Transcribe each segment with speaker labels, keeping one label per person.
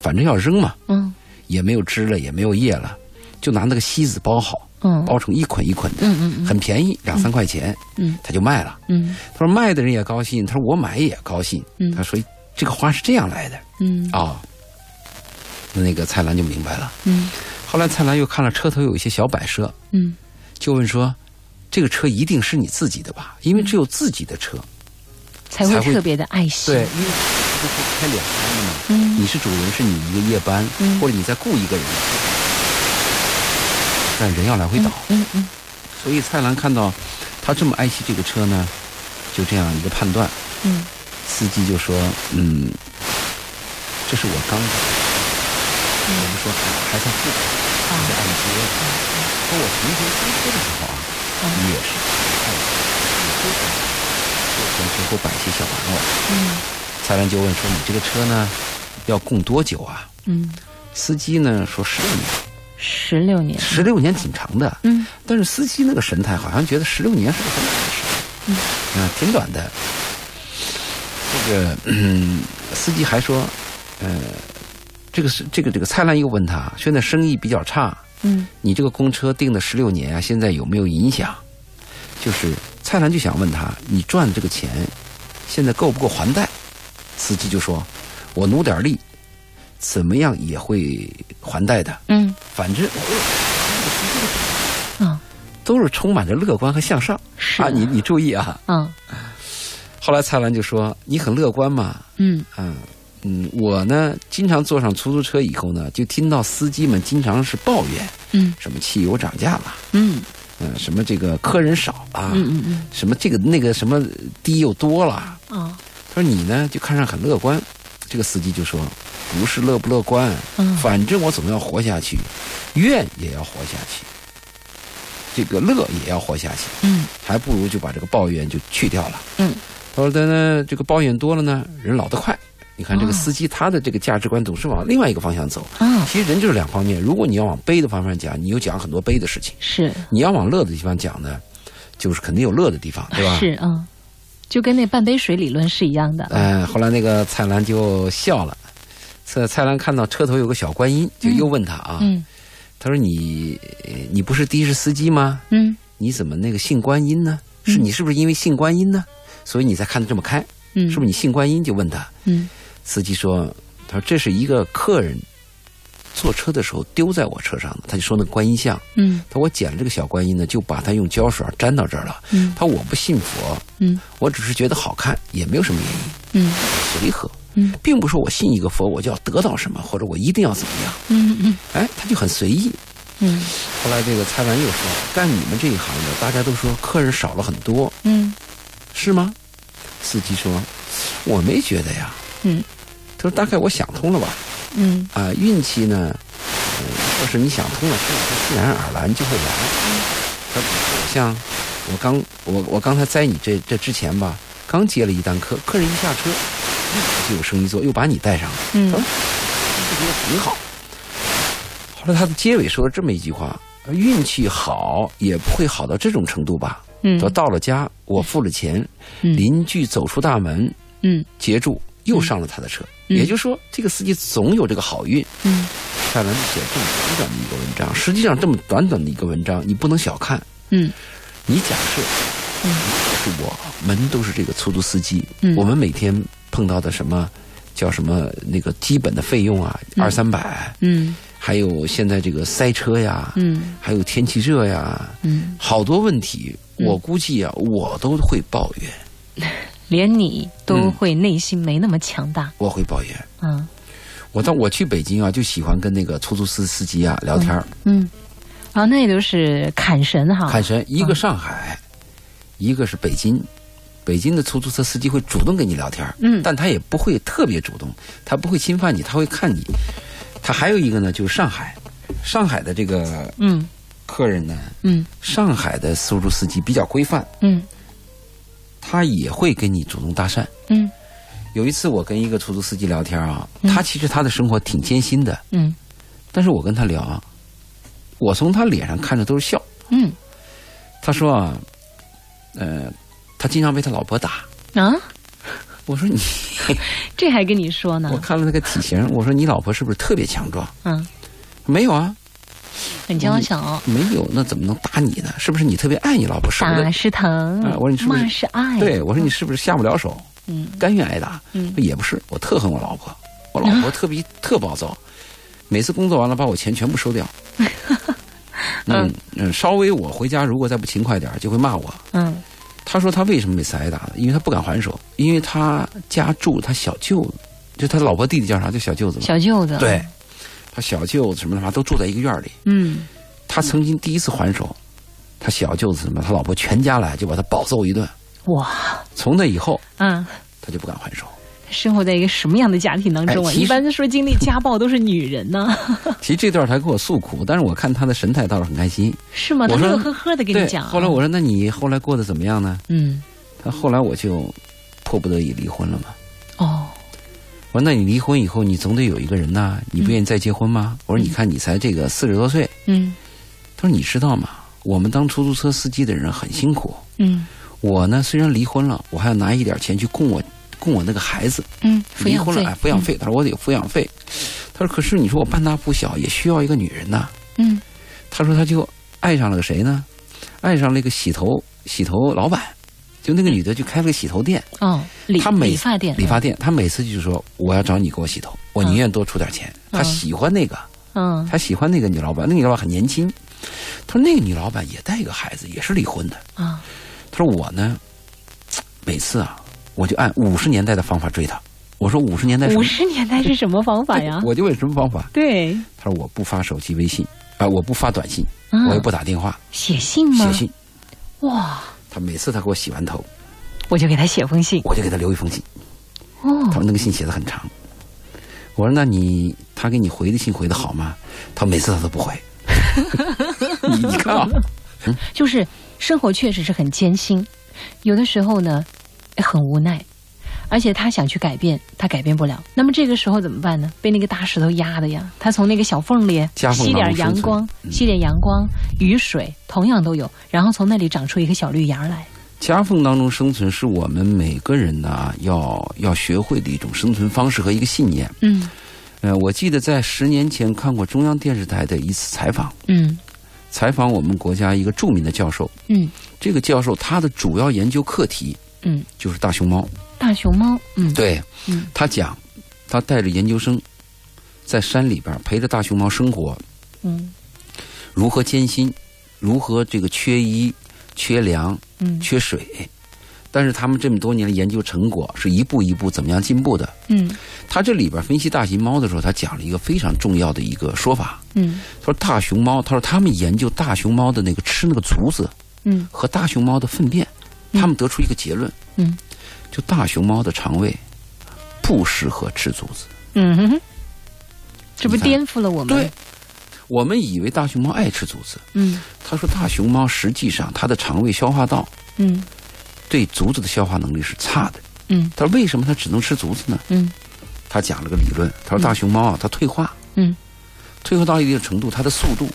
Speaker 1: 反正要扔嘛，
Speaker 2: 嗯
Speaker 1: 也没有枝了，也没有叶了，就拿那个锡子包好，
Speaker 2: 嗯
Speaker 1: 包成一捆一捆的，
Speaker 2: 嗯嗯
Speaker 1: 很便宜，两三块钱，
Speaker 2: 嗯
Speaker 1: 他就卖了。
Speaker 2: 嗯
Speaker 1: 他说卖的人也高兴，他说我买也高兴。
Speaker 2: 嗯
Speaker 1: 他说这个花是这样来的
Speaker 2: 嗯
Speaker 1: 啊、那那个蔡澜就明白了。
Speaker 2: 嗯
Speaker 1: 后来蔡澜又看了车头有一些小摆设，
Speaker 2: 嗯
Speaker 1: 就问说：“这个车一定是你自己的吧？因为只有自己的车，
Speaker 2: 才
Speaker 1: 才
Speaker 2: 会
Speaker 1: 会
Speaker 2: 特别的爱惜。
Speaker 1: 对，因为这个开两班的嘛，
Speaker 2: 嗯
Speaker 1: 你是主人，是你一个夜班，
Speaker 2: 嗯
Speaker 1: 或者你再雇一个人，但人要来回倒。
Speaker 2: 嗯嗯
Speaker 1: 所以蔡澜看到他这么爱惜这个车呢，就这样一个判断。
Speaker 2: 嗯
Speaker 1: 司机就说：“嗯，这是我刚买的。”我
Speaker 2: 嗯
Speaker 1: 们说还还在付款，
Speaker 2: 啊
Speaker 1: 还在按揭。说我从前开车的时候啊，
Speaker 2: 嗯
Speaker 1: 也是爱惜，也会爱惜，就从身后摆一些小玩偶。
Speaker 2: 嗯
Speaker 1: 蔡澜就问说：“你这个车呢，要供多久啊
Speaker 2: 嗯，？”
Speaker 1: 司机呢说：“十六年，
Speaker 2: 十六年。
Speaker 1: 十六年挺长的。”
Speaker 2: 嗯
Speaker 1: 但是司机那个神态好像觉得十六年是个很短的时间，嗯、挺短的。这个、嗯、司机还说，呃，这个是这个这个蔡澜又问他，现在生意比较差，
Speaker 2: 嗯
Speaker 1: 你这个公车订的十六年啊，现在有没有影响？就是蔡澜就想问他，你赚这个钱现在够不够还贷？司机就说，我努点力，怎么样也会还贷的，
Speaker 2: 嗯
Speaker 1: 反正我有
Speaker 2: 啊
Speaker 1: 都是充满着乐观和向上。
Speaker 2: 是
Speaker 1: 啊，你你注意啊。
Speaker 2: 啊
Speaker 1: 后来蔡澜就说：“你很乐观嘛，
Speaker 2: 嗯
Speaker 1: 啊，嗯，我呢经常坐上出租车以后呢，就听到司机们经常是抱怨
Speaker 2: 嗯
Speaker 1: 什么汽油涨价了，
Speaker 2: 嗯
Speaker 1: 嗯、什么这个客人少啊，
Speaker 2: 嗯嗯嗯
Speaker 1: 什么这个那个什么低又多了。
Speaker 2: 啊
Speaker 1: 他说你呢就看上很乐观。”这个司机就说：“不是乐不乐观，
Speaker 2: 嗯
Speaker 1: 反正我总要活下去，怨也要活下去，这个乐也要活下去。”
Speaker 2: 嗯
Speaker 1: 还不如就把这个抱怨就去掉了。
Speaker 2: 嗯，
Speaker 1: 他说：“但呢，这个抱怨多了呢，人老得快。你看这个
Speaker 2: 哦
Speaker 1: 司机，他的这个价值观总是往另外一个方向走。
Speaker 2: 啊
Speaker 1: 其实人就是两方面，如果你要往悲的方面讲，你有讲很多悲的事情；
Speaker 2: 是
Speaker 1: 你要往乐的地方讲呢，就是肯定有乐的地方，对吧？。
Speaker 2: 是啊，就跟那半杯水理论是一样的。
Speaker 1: 嗯、后来那个蔡澜就笑了。蔡蔡澜看到车头有个小观音，就又问他啊，
Speaker 2: 嗯
Speaker 1: 他说你：“你你不是的士司机吗？
Speaker 2: 嗯
Speaker 1: 你怎么那个姓观音呢？是你是不是因为姓观音呢？所以你才看得这么开？”
Speaker 2: 嗯，
Speaker 1: 是不是你姓观音？就问他，
Speaker 2: 嗯
Speaker 1: 司机说，他说这是一个客人坐车的时候丢在我车上的，他就说那个观音像，
Speaker 2: 嗯
Speaker 1: 他说我捡了这个小观音呢，就把它用胶水粘到这儿了。
Speaker 2: 嗯
Speaker 1: 他说我不信佛，
Speaker 2: 嗯
Speaker 1: 我只是觉得好看，也没有什么原因，
Speaker 2: 嗯
Speaker 1: 随和，
Speaker 2: 嗯
Speaker 1: 并不是说我信一个佛我就要得到什么，或者我一定要怎么样，
Speaker 2: 嗯嗯
Speaker 1: 哎，他就很随意。
Speaker 2: 嗯
Speaker 1: 后来这个蔡澜又说，干你们这一行的，大家都说客人少了很多，
Speaker 2: 嗯
Speaker 1: 是吗？司机说，我没觉得呀，
Speaker 2: 嗯
Speaker 1: 他说大概我想通了吧。
Speaker 2: 嗯
Speaker 1: 啊、运气呢，呃，就是你想通了，自然而然就会来。他像我刚我我刚才在你这这之前吧，刚接了一单客，客人一下车，立刻就有生意做，又把你带上了，
Speaker 2: 嗯
Speaker 1: 这觉得很好。后来他的结尾说了这么一句话：呃运气好也不会好到这种程度吧？
Speaker 2: 嗯
Speaker 1: 说到了家，我付了钱，邻居走出大门
Speaker 2: 嗯
Speaker 1: 截住，又上了他的车。
Speaker 2: 嗯
Speaker 1: 也就是说，这个司机总有这个好运。
Speaker 2: 嗯
Speaker 1: 蔡澜写这么短短的一个文章，实际上这么短短的一个文章，你不能小看。
Speaker 2: 嗯
Speaker 1: 你假设，
Speaker 2: 嗯
Speaker 1: 是我们都是这个出租司机，
Speaker 2: 嗯
Speaker 1: 我们每天碰到的什么叫什么那个基本的费用啊，二三百，
Speaker 2: 嗯
Speaker 1: 还有现在这个塞车呀，
Speaker 2: 嗯
Speaker 1: 还有天气热呀，
Speaker 2: 嗯，
Speaker 1: 好多问题，
Speaker 2: 嗯
Speaker 1: 我估计啊，我都会抱怨，
Speaker 2: 连你都会内心没那么强大。
Speaker 1: 我会抱怨。
Speaker 2: 嗯
Speaker 1: 我到我去北京啊，就喜欢跟那个出租司司机啊聊天儿。
Speaker 2: 嗯，啊，那也就是砍神哈。
Speaker 1: 砍神，一个上海，一个是北京。北京的出租车司机会主动跟你聊天儿，
Speaker 2: 嗯
Speaker 1: 但他也不会特别主动，他不会侵犯你，他会看你。他还有一个呢，就是上海，上海的这个
Speaker 2: 嗯
Speaker 1: 客人呢，
Speaker 2: 嗯
Speaker 1: 上海的出租司机比较规范，
Speaker 2: 嗯
Speaker 1: 他也会跟你主动搭讪。
Speaker 2: 嗯
Speaker 1: 有一次我跟一个出租司机聊天啊，他其实他的生活挺艰辛的，
Speaker 2: 嗯
Speaker 1: 但是我跟他聊啊，我从他脸上看着都是笑。
Speaker 2: 嗯
Speaker 1: 他说啊，呃，他经常被他老婆打，
Speaker 2: 啊，
Speaker 1: 我说你，
Speaker 2: 这还跟你说
Speaker 1: 我
Speaker 2: 呢，
Speaker 1: 看了那个体型，我说你老婆是不是特别强壮？
Speaker 2: 嗯，
Speaker 1: 没有啊，
Speaker 2: 很娇小，
Speaker 1: 没有，那怎么能打你呢？是不是你特别爱你老婆？舍不
Speaker 2: 打
Speaker 1: 得？
Speaker 2: 是疼
Speaker 1: 啊，我说你是不是
Speaker 2: 骂是爱，
Speaker 1: 对，我说你是不是下不了手，
Speaker 2: 嗯
Speaker 1: 甘愿挨打？
Speaker 2: 嗯
Speaker 1: 也不是，我特恨我老婆，我老婆特别、特暴躁，每次工作完了把我钱全部收掉。嗯嗯，稍微我回家如果再不勤快点儿，就会骂我。
Speaker 2: 嗯
Speaker 1: 她说她为什么每次挨打呢？因为她不敢还手，因为她家住她小舅子，就她老婆弟弟叫啥？叫小舅子吗？
Speaker 2: 小舅子，
Speaker 1: 对，她小舅子什么他妈都住在一个院儿里。
Speaker 2: 嗯，
Speaker 1: 她曾经第一次还手，她小舅子什么，她老婆全家来就把她暴揍一顿。
Speaker 2: 哇，
Speaker 1: 从那以后，
Speaker 2: 嗯。
Speaker 1: 她就不敢还 手。
Speaker 2: 生活在一个什么样的家庭当中啊？
Speaker 1: 哎其实
Speaker 2: 一般说经历家暴都是女人呢，
Speaker 1: 其实这段她给我诉苦，但是我看她的神态倒是很开心。
Speaker 2: 是吗？她
Speaker 1: 我说
Speaker 2: 乐呵呵的跟
Speaker 1: 对
Speaker 2: 你，讲啊。
Speaker 1: 后来我说：“那你后来过得怎么样呢
Speaker 2: 嗯？”
Speaker 1: 她后来我就迫不得已离婚了嘛。
Speaker 2: 哦
Speaker 1: 我说：“那你离婚以后，你总得有一个人呐，你不愿意再结婚吗？”我说：“你看你才这个四十多岁。
Speaker 2: 嗯”
Speaker 1: 她说：“你知道吗？我们当出租车司机的人很辛苦。
Speaker 2: 嗯
Speaker 1: 我呢虽然离婚了，我还要拿一点钱去供我供我那个孩子。
Speaker 2: 嗯，抚
Speaker 1: 离
Speaker 2: 养
Speaker 1: 婚了哎，抚
Speaker 2: 费嗯
Speaker 1: 养费。他说我得有抚养费。他说可是你说我半大不小，也需要一个女人呐。
Speaker 2: 嗯
Speaker 1: 他说他就爱上了个谁呢？爱上了一个洗头洗头老板，就那个女的就开了个洗头店、
Speaker 2: 嗯哦，理
Speaker 1: 她每
Speaker 2: 理发店
Speaker 1: 理发店。他每次就说我要找你给我洗头，我宁愿多出点钱。
Speaker 2: 嗯
Speaker 1: 他喜欢那个，
Speaker 2: 嗯
Speaker 1: 他喜欢那个女老板，那女老板很年轻。他说那个女老板也带一个孩子，也是离婚的。
Speaker 2: 啊
Speaker 1: 他说我呢，每次啊，我就按五十年代的方法追她。我说五十年代什么哎
Speaker 2: 五十年代是什么方法呀？
Speaker 1: 我就问什么方法？
Speaker 2: 对，
Speaker 1: 他说我不发手机微信，啊、我不发短信，
Speaker 2: 嗯
Speaker 1: 我也不打电话，
Speaker 2: 写信吗？
Speaker 1: 写信。
Speaker 2: 哇，
Speaker 1: 他每次他给我洗完头，
Speaker 2: 我就给他写封信
Speaker 1: 我就给他留一封信。他
Speaker 2: 哦
Speaker 1: 说那个信写的很长。我说那你他给你回的信回的好吗？他每次他都不回。 你你看啊，
Speaker 2: 就是生活确实是很艰辛，有的时候呢哎很无奈，而且他想去改变，他改变不了。那么这个时候怎么办呢？被那个大石头压的呀，他从那个小缝里
Speaker 1: 夹缝
Speaker 2: 吸
Speaker 1: 当
Speaker 2: 点
Speaker 1: 中生
Speaker 2: 阳
Speaker 1: 存
Speaker 2: 光，吸点阳光、雨水，同样都有，然后从那里长出一个小绿芽来。
Speaker 1: 夹缝当中生存是我们每个人呢要要学会的一种生存方式和一个信念。
Speaker 2: 嗯
Speaker 1: 呃，我记得在十年前看过中央电视台的一次采访，
Speaker 2: 嗯
Speaker 1: 采访我们国家一个著名的教授，
Speaker 2: 嗯
Speaker 1: 这个教授他的主要研究课题
Speaker 2: 嗯，
Speaker 1: 就是大熊猫。
Speaker 2: 大熊猫，嗯
Speaker 1: 对，
Speaker 2: 嗯
Speaker 1: 他讲，他带着研究生在山里边陪着大熊猫生活，
Speaker 2: 嗯
Speaker 1: 如何艰辛，如何这个缺衣、缺粮、
Speaker 2: 嗯
Speaker 1: 缺水。但是他们这么多年的研究成果是一步一步怎么样进步的。
Speaker 2: 嗯
Speaker 1: 他这里边分析大熊猫的时候，他讲了一个非常重要的一个说法。
Speaker 2: 嗯
Speaker 1: 他说大熊猫，他说他们研究大熊猫的那个吃那个竹子，
Speaker 2: 嗯
Speaker 1: 和大熊猫的粪便，
Speaker 2: 嗯
Speaker 1: 他们得出一个结论，
Speaker 2: 嗯，
Speaker 1: 就大熊猫的肠胃不适合吃竹子。
Speaker 2: 嗯哼哼，这不
Speaker 1: 你看
Speaker 2: 颠覆了我们？
Speaker 1: 对，我们以为大熊猫爱吃竹子，
Speaker 2: 嗯
Speaker 1: 他说大熊猫实际上它的肠胃消化道
Speaker 2: 嗯
Speaker 1: 对竹子的消化能力是差的。
Speaker 2: 嗯
Speaker 1: 他说为什么它只能吃竹子呢？
Speaker 2: 嗯
Speaker 1: 他讲了个理论，他说大熊猫啊，它退化，
Speaker 2: 嗯
Speaker 1: 退化到一定程度，它的速度，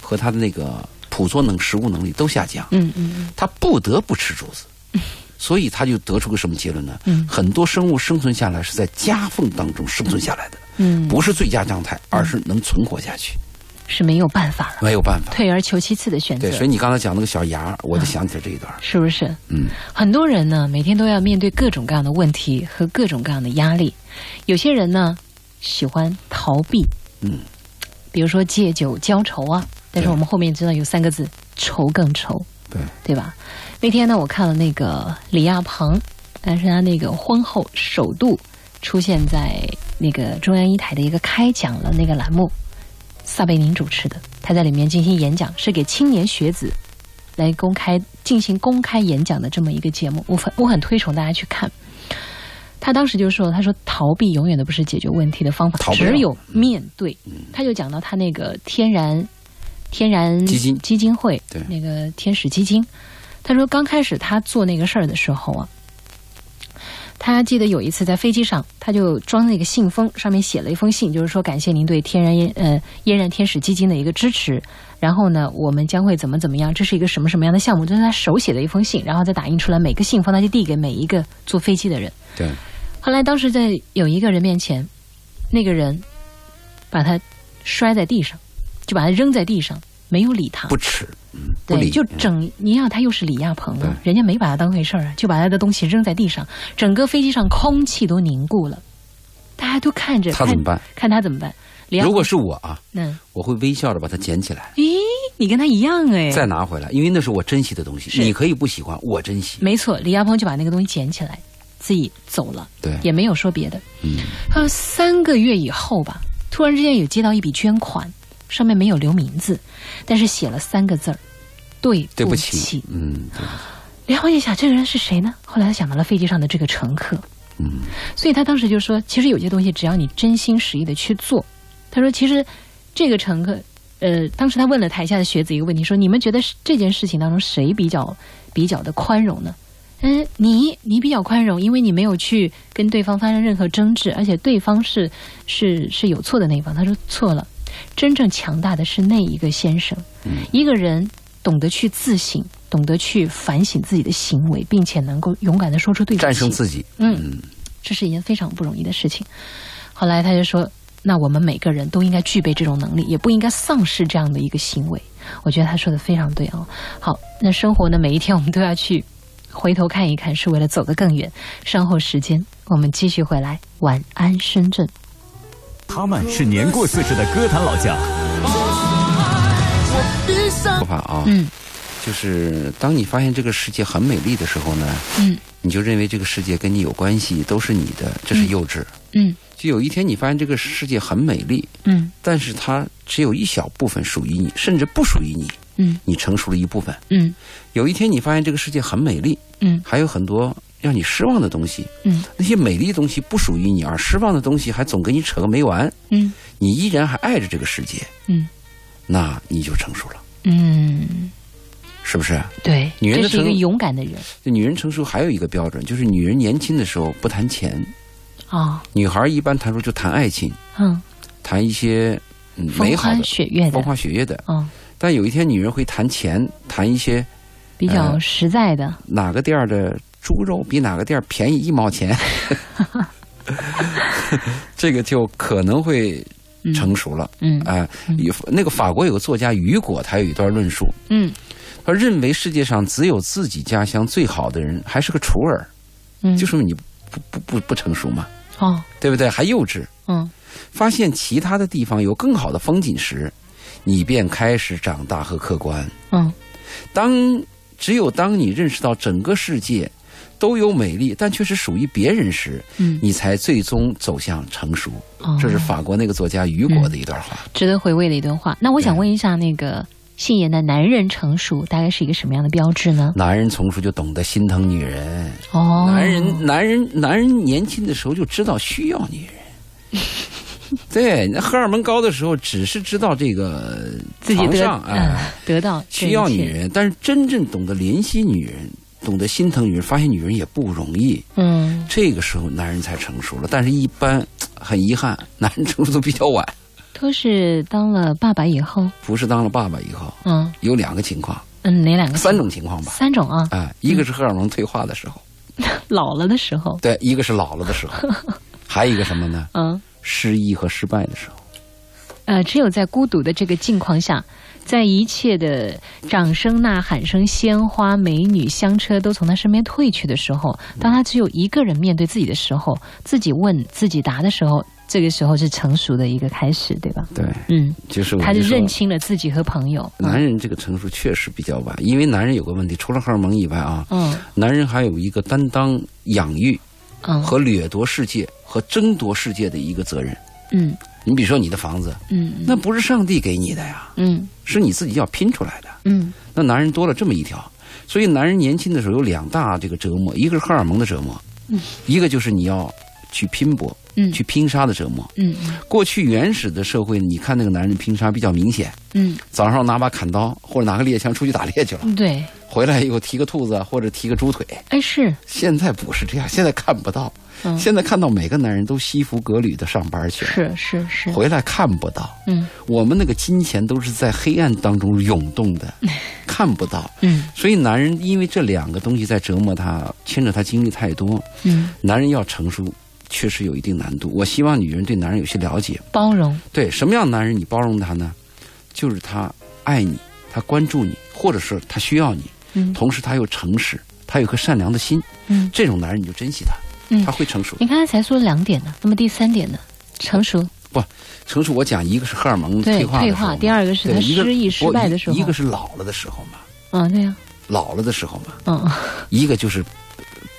Speaker 1: 和它的那个捕捉能食物能力都下降。
Speaker 2: 嗯嗯
Speaker 1: 它不得不吃竹子，所以他就得出个什么结论呢？
Speaker 2: 嗯
Speaker 1: 很多生物生存下来是在夹缝当中生存下来的，
Speaker 2: 嗯，
Speaker 1: 不是最佳状态，而是能存活下去，
Speaker 2: 是没有办法了，
Speaker 1: 没有办法。
Speaker 2: 退而求其次的选择
Speaker 1: 对，，所以你刚才讲那个小芽，我就想起来这一段。
Speaker 2: 是不是？
Speaker 1: 嗯，
Speaker 2: 很多人呢，每天都要面对各种各样的问题和各种各样的压力。有些人呢，喜欢逃避，
Speaker 1: 嗯，
Speaker 2: 比如说借酒浇愁啊。但是
Speaker 1: 对
Speaker 2: 我们后面知道有三个字，愁更愁，
Speaker 1: 对，
Speaker 2: 对吧？那天呢，我看了那个李亚鹏，但是他那个婚后首度出现在那个中央一台的一个开讲了那个栏目，撒贝宁主持的，他在里面进行演讲，是给青年学子来公开进行公开演讲的这么一个节目，我很我很推崇大家去看。他当时就说：“他说逃避永远都不是解决问题的方法
Speaker 1: 逃，不了
Speaker 2: 只有面对。”嗯他就讲到他那个天然天然
Speaker 1: 基金
Speaker 2: 基金会
Speaker 1: 对
Speaker 2: 那个天使基金，他说刚开始他做那个事儿的时候啊，他记得有一次在飞机上，他就装了一个信封，上面写了一封信，就是说感谢您对天然呃嫣然天使基金的一个支持。然后呢，我们将会怎么怎么样？这是一个什么什么样的项目？这是他手写的一封信，然后再打印出来，每个信封他就递给每一个坐飞机的人。
Speaker 1: 对，
Speaker 2: 后来当时在有一个人面前，那个人把他摔在地上，就把他扔在地上，没有理他
Speaker 1: 不。耻，嗯不
Speaker 2: 对，
Speaker 1: 理，
Speaker 2: 就整你想他又是李亚鹏啊，
Speaker 1: 对
Speaker 2: 人家没把他当回事儿啊，就把他的东西扔在地上，整个飞机上空气都凝固了，大家都看着
Speaker 1: 他怎么办？
Speaker 2: 看看他怎么办。李亚
Speaker 1: 如
Speaker 2: 鹏，
Speaker 1: 果是我啊，
Speaker 2: 嗯，
Speaker 1: 我会微笑着把它捡起来，
Speaker 2: 咦，你跟他一样哎，
Speaker 1: 再拿回来，因为那是我珍惜的东西。
Speaker 2: 是
Speaker 1: 你可以不喜欢，我珍惜。
Speaker 2: 没错，李亚鹏就把那个东西捡起来，自己走了，
Speaker 1: 对，
Speaker 2: 也没有说别的。
Speaker 1: 嗯，
Speaker 2: 还有三个月以后吧，突然之间有接到一笔捐款，上面没有留名字，但是写了三个字儿：“对不
Speaker 1: 对不起，嗯，对
Speaker 2: 然后一想，这个人是谁呢？后来他想到了飞机上的这个乘客，
Speaker 1: 嗯，
Speaker 2: 所以他当时就说，其实有些东西只要你真心实意的去做，他说，其实这个乘客，呃，当时他问了台下的学子一个问题，说你们觉得是这件事情当中谁比较比较的宽容呢？嗯，你你比较宽容，因为你没有去跟对方发生任何争执，而且对方是是是有错的那一方。他说错了，真正强大的是那一个先生，
Speaker 1: 嗯
Speaker 2: 一个人懂得去自省，懂得去反省自己的行为，并且能够勇敢的说出对不起，
Speaker 1: 战胜自己，
Speaker 2: 嗯，这是一件非常不容易的事情。后来他就说，那我们每个人都应该具备这种能力，也不应该丧失这样的一个行为。我觉得他说的非常对啊、好，那生活呢，每一天我们都要去回头看一看，是为了走得更远。稍后时间我们继续回来，晚安深圳。
Speaker 3: 他们是年过四十的歌坛老将，
Speaker 1: 说法啊，
Speaker 2: 嗯，
Speaker 1: 就是当你发现这个世界很美丽的时候呢，
Speaker 2: 嗯，
Speaker 1: 你就认为这个世界跟你有关系，都是你的，这是幼稚。
Speaker 2: 嗯
Speaker 1: 就有一天你发现这个世界很美丽，
Speaker 2: 嗯
Speaker 1: 但是它只有一小部分属于你，甚至不属于你，
Speaker 2: 嗯
Speaker 1: 你成熟了一部分。
Speaker 2: 嗯
Speaker 1: 有一天你发现这个世界很美丽，
Speaker 2: 嗯
Speaker 1: 还有很多让你失望的东西，
Speaker 2: 嗯
Speaker 1: 那些美丽的东西不属于你，而失望的东西还总给你扯个没完，
Speaker 2: 嗯
Speaker 1: 你依然还爱着这个世界，
Speaker 2: 嗯
Speaker 1: 那你就成熟了，
Speaker 2: 嗯，
Speaker 1: 是不是？
Speaker 2: 对，
Speaker 1: 女人
Speaker 2: 这
Speaker 1: 的
Speaker 2: 是一个
Speaker 1: 成
Speaker 2: 勇敢的人
Speaker 1: 就女人成熟还有一个标准，就是女人年轻的时候不谈钱，
Speaker 2: 啊、
Speaker 1: 女孩一般谈时候就谈爱情，
Speaker 2: 嗯，
Speaker 1: 谈一些嗯美
Speaker 2: 风
Speaker 1: 好
Speaker 2: 花
Speaker 1: 的、
Speaker 2: 雪月的
Speaker 1: 风，花雪月的。
Speaker 2: 嗯，
Speaker 1: 但有一天，女人会谈钱，谈一些
Speaker 2: 比较
Speaker 1: 呃
Speaker 2: 实在的，
Speaker 1: 哪个店儿的猪肉比哪个店儿便宜一毛 钱，这个就可能会
Speaker 2: 嗯
Speaker 1: 成熟了。
Speaker 2: 嗯
Speaker 1: 啊、有那个法国有个作家雨果，他有一段论述，
Speaker 2: 嗯
Speaker 1: 他认为世界上只有自己家乡最好的人还是个雏儿，
Speaker 2: 嗯，
Speaker 1: 就说明你不不不不成熟嘛，
Speaker 2: 哦，
Speaker 1: 对不对？还幼稚。
Speaker 2: 嗯
Speaker 1: 发现其他的地方有更好的风景时，你便开始长大和客观。
Speaker 2: 嗯
Speaker 1: 当只有当你认识到整个世界都有美丽，但却是属于别人时，
Speaker 2: 嗯，
Speaker 1: 你才最终走向成熟。
Speaker 2: 哦
Speaker 1: 这是法国那个作家雨果的一段话。
Speaker 2: 值得回味的一段话。那我想问一下，那个信言的男人成熟大概是一个什么样的标志呢？
Speaker 1: 男人从熟就懂得心疼女人，
Speaker 2: 嗯哦，
Speaker 1: 男人男人男人年轻的时候就知道需要女 人。对，那荷尔蒙高的时候，只是知道这个
Speaker 2: 自己
Speaker 1: 床
Speaker 2: 得
Speaker 1: 上哎
Speaker 2: 嗯得到这一
Speaker 1: 需要
Speaker 2: 切
Speaker 1: 女，人，但是真正懂得怜惜女人、懂得心疼女人，发现女人也不容易。
Speaker 2: 嗯
Speaker 1: 这个时候男人才成熟了，但是一般很遗憾，男人成熟都比较晚。
Speaker 2: 都是当了爸爸以后，
Speaker 1: 不是当了爸爸以后，
Speaker 2: 嗯
Speaker 1: 有两个情况，
Speaker 2: 嗯，哪两个
Speaker 1: 三种情况吧。
Speaker 2: 三种啊？
Speaker 1: 啊，一个是荷尔蒙退化的时候，
Speaker 2: 老了的时候，
Speaker 1: 对，一个是老了的时 候，还有一个什么呢？
Speaker 2: 嗯
Speaker 1: 失意和失败的时候。
Speaker 2: 呃，只有在孤独的这个境况下。在一切的掌声、呐喊声、鲜花、美女、香车都从他身边退去的时候，当他只有一个人面对自己的时候，自己问自己答的时候，这个时候是成熟的一个开始，对吧？
Speaker 1: 对，
Speaker 2: 嗯，
Speaker 1: 就是我
Speaker 2: 他就
Speaker 1: 就说
Speaker 2: 认清了嗯自己和朋友。
Speaker 1: 男人这个成熟确实比较晚，因为男人有个问题，除了荷尔蒙以外啊，
Speaker 2: 嗯
Speaker 1: 男人还有一个担当养育
Speaker 2: 嗯
Speaker 1: 和掠夺世界和争夺世界的一个责任。
Speaker 2: 嗯
Speaker 1: 你比如说你的房子，
Speaker 2: 嗯
Speaker 1: 那不是上帝给你的呀，
Speaker 2: 嗯
Speaker 1: 是你自己要拼出来的。
Speaker 2: 嗯
Speaker 1: 那男人多了这么一条，所以男人年轻的时候有两大这个折磨，一个是荷尔蒙的折磨，一个就是你要去拼搏、
Speaker 2: 嗯
Speaker 1: 去拼杀的折磨。
Speaker 2: 嗯
Speaker 1: 过去原始的社会，你看那个男人拼杀比较明显，
Speaker 2: 嗯
Speaker 1: 早上拿把砍刀或者拿个猎枪出去打猎去了，
Speaker 2: 嗯，对，
Speaker 1: 回来以后提个兔子啊或者提个猪腿。
Speaker 2: 哎，是
Speaker 1: 现在不是这样，现在看不到，
Speaker 2: 嗯
Speaker 1: 现在看到每个男人都西服革履的上班去了，
Speaker 2: 是是是，
Speaker 1: 回来看不到。
Speaker 2: 嗯
Speaker 1: 我们那个金钱都是在黑暗当中涌动 的，看不到。
Speaker 2: 嗯
Speaker 1: 所以男人因为这两个东西在折磨他，牵扯他经历太多，
Speaker 2: 嗯，
Speaker 1: 男人要成熟确实有一定难度。我希望女人对男人有些了解，
Speaker 2: 包容，
Speaker 1: 对什么样的男人你包容他呢？就是他爱你，他关注你，或者是他需要你，
Speaker 2: 嗯
Speaker 1: 同时他又诚实，他有颗善良的心，
Speaker 2: 嗯
Speaker 1: 这种男人你就珍惜他，
Speaker 2: 嗯
Speaker 1: 他。会成熟。
Speaker 2: 你刚才才说了两点呢，那么第三点呢？成熟，
Speaker 1: 成熟我讲一个是荷尔蒙
Speaker 2: 对
Speaker 1: 退化的
Speaker 2: 退
Speaker 1: 时候
Speaker 2: 化
Speaker 1: 嘛
Speaker 2: 第二个是
Speaker 1: 对
Speaker 2: 他
Speaker 1: 一个
Speaker 2: 失忆
Speaker 1: 不
Speaker 2: 失败的时候
Speaker 1: 一一个是老了的时候嘛，
Speaker 2: 啊，对呀、
Speaker 1: 老了的时候嘛，
Speaker 2: 嗯
Speaker 1: 一个就是。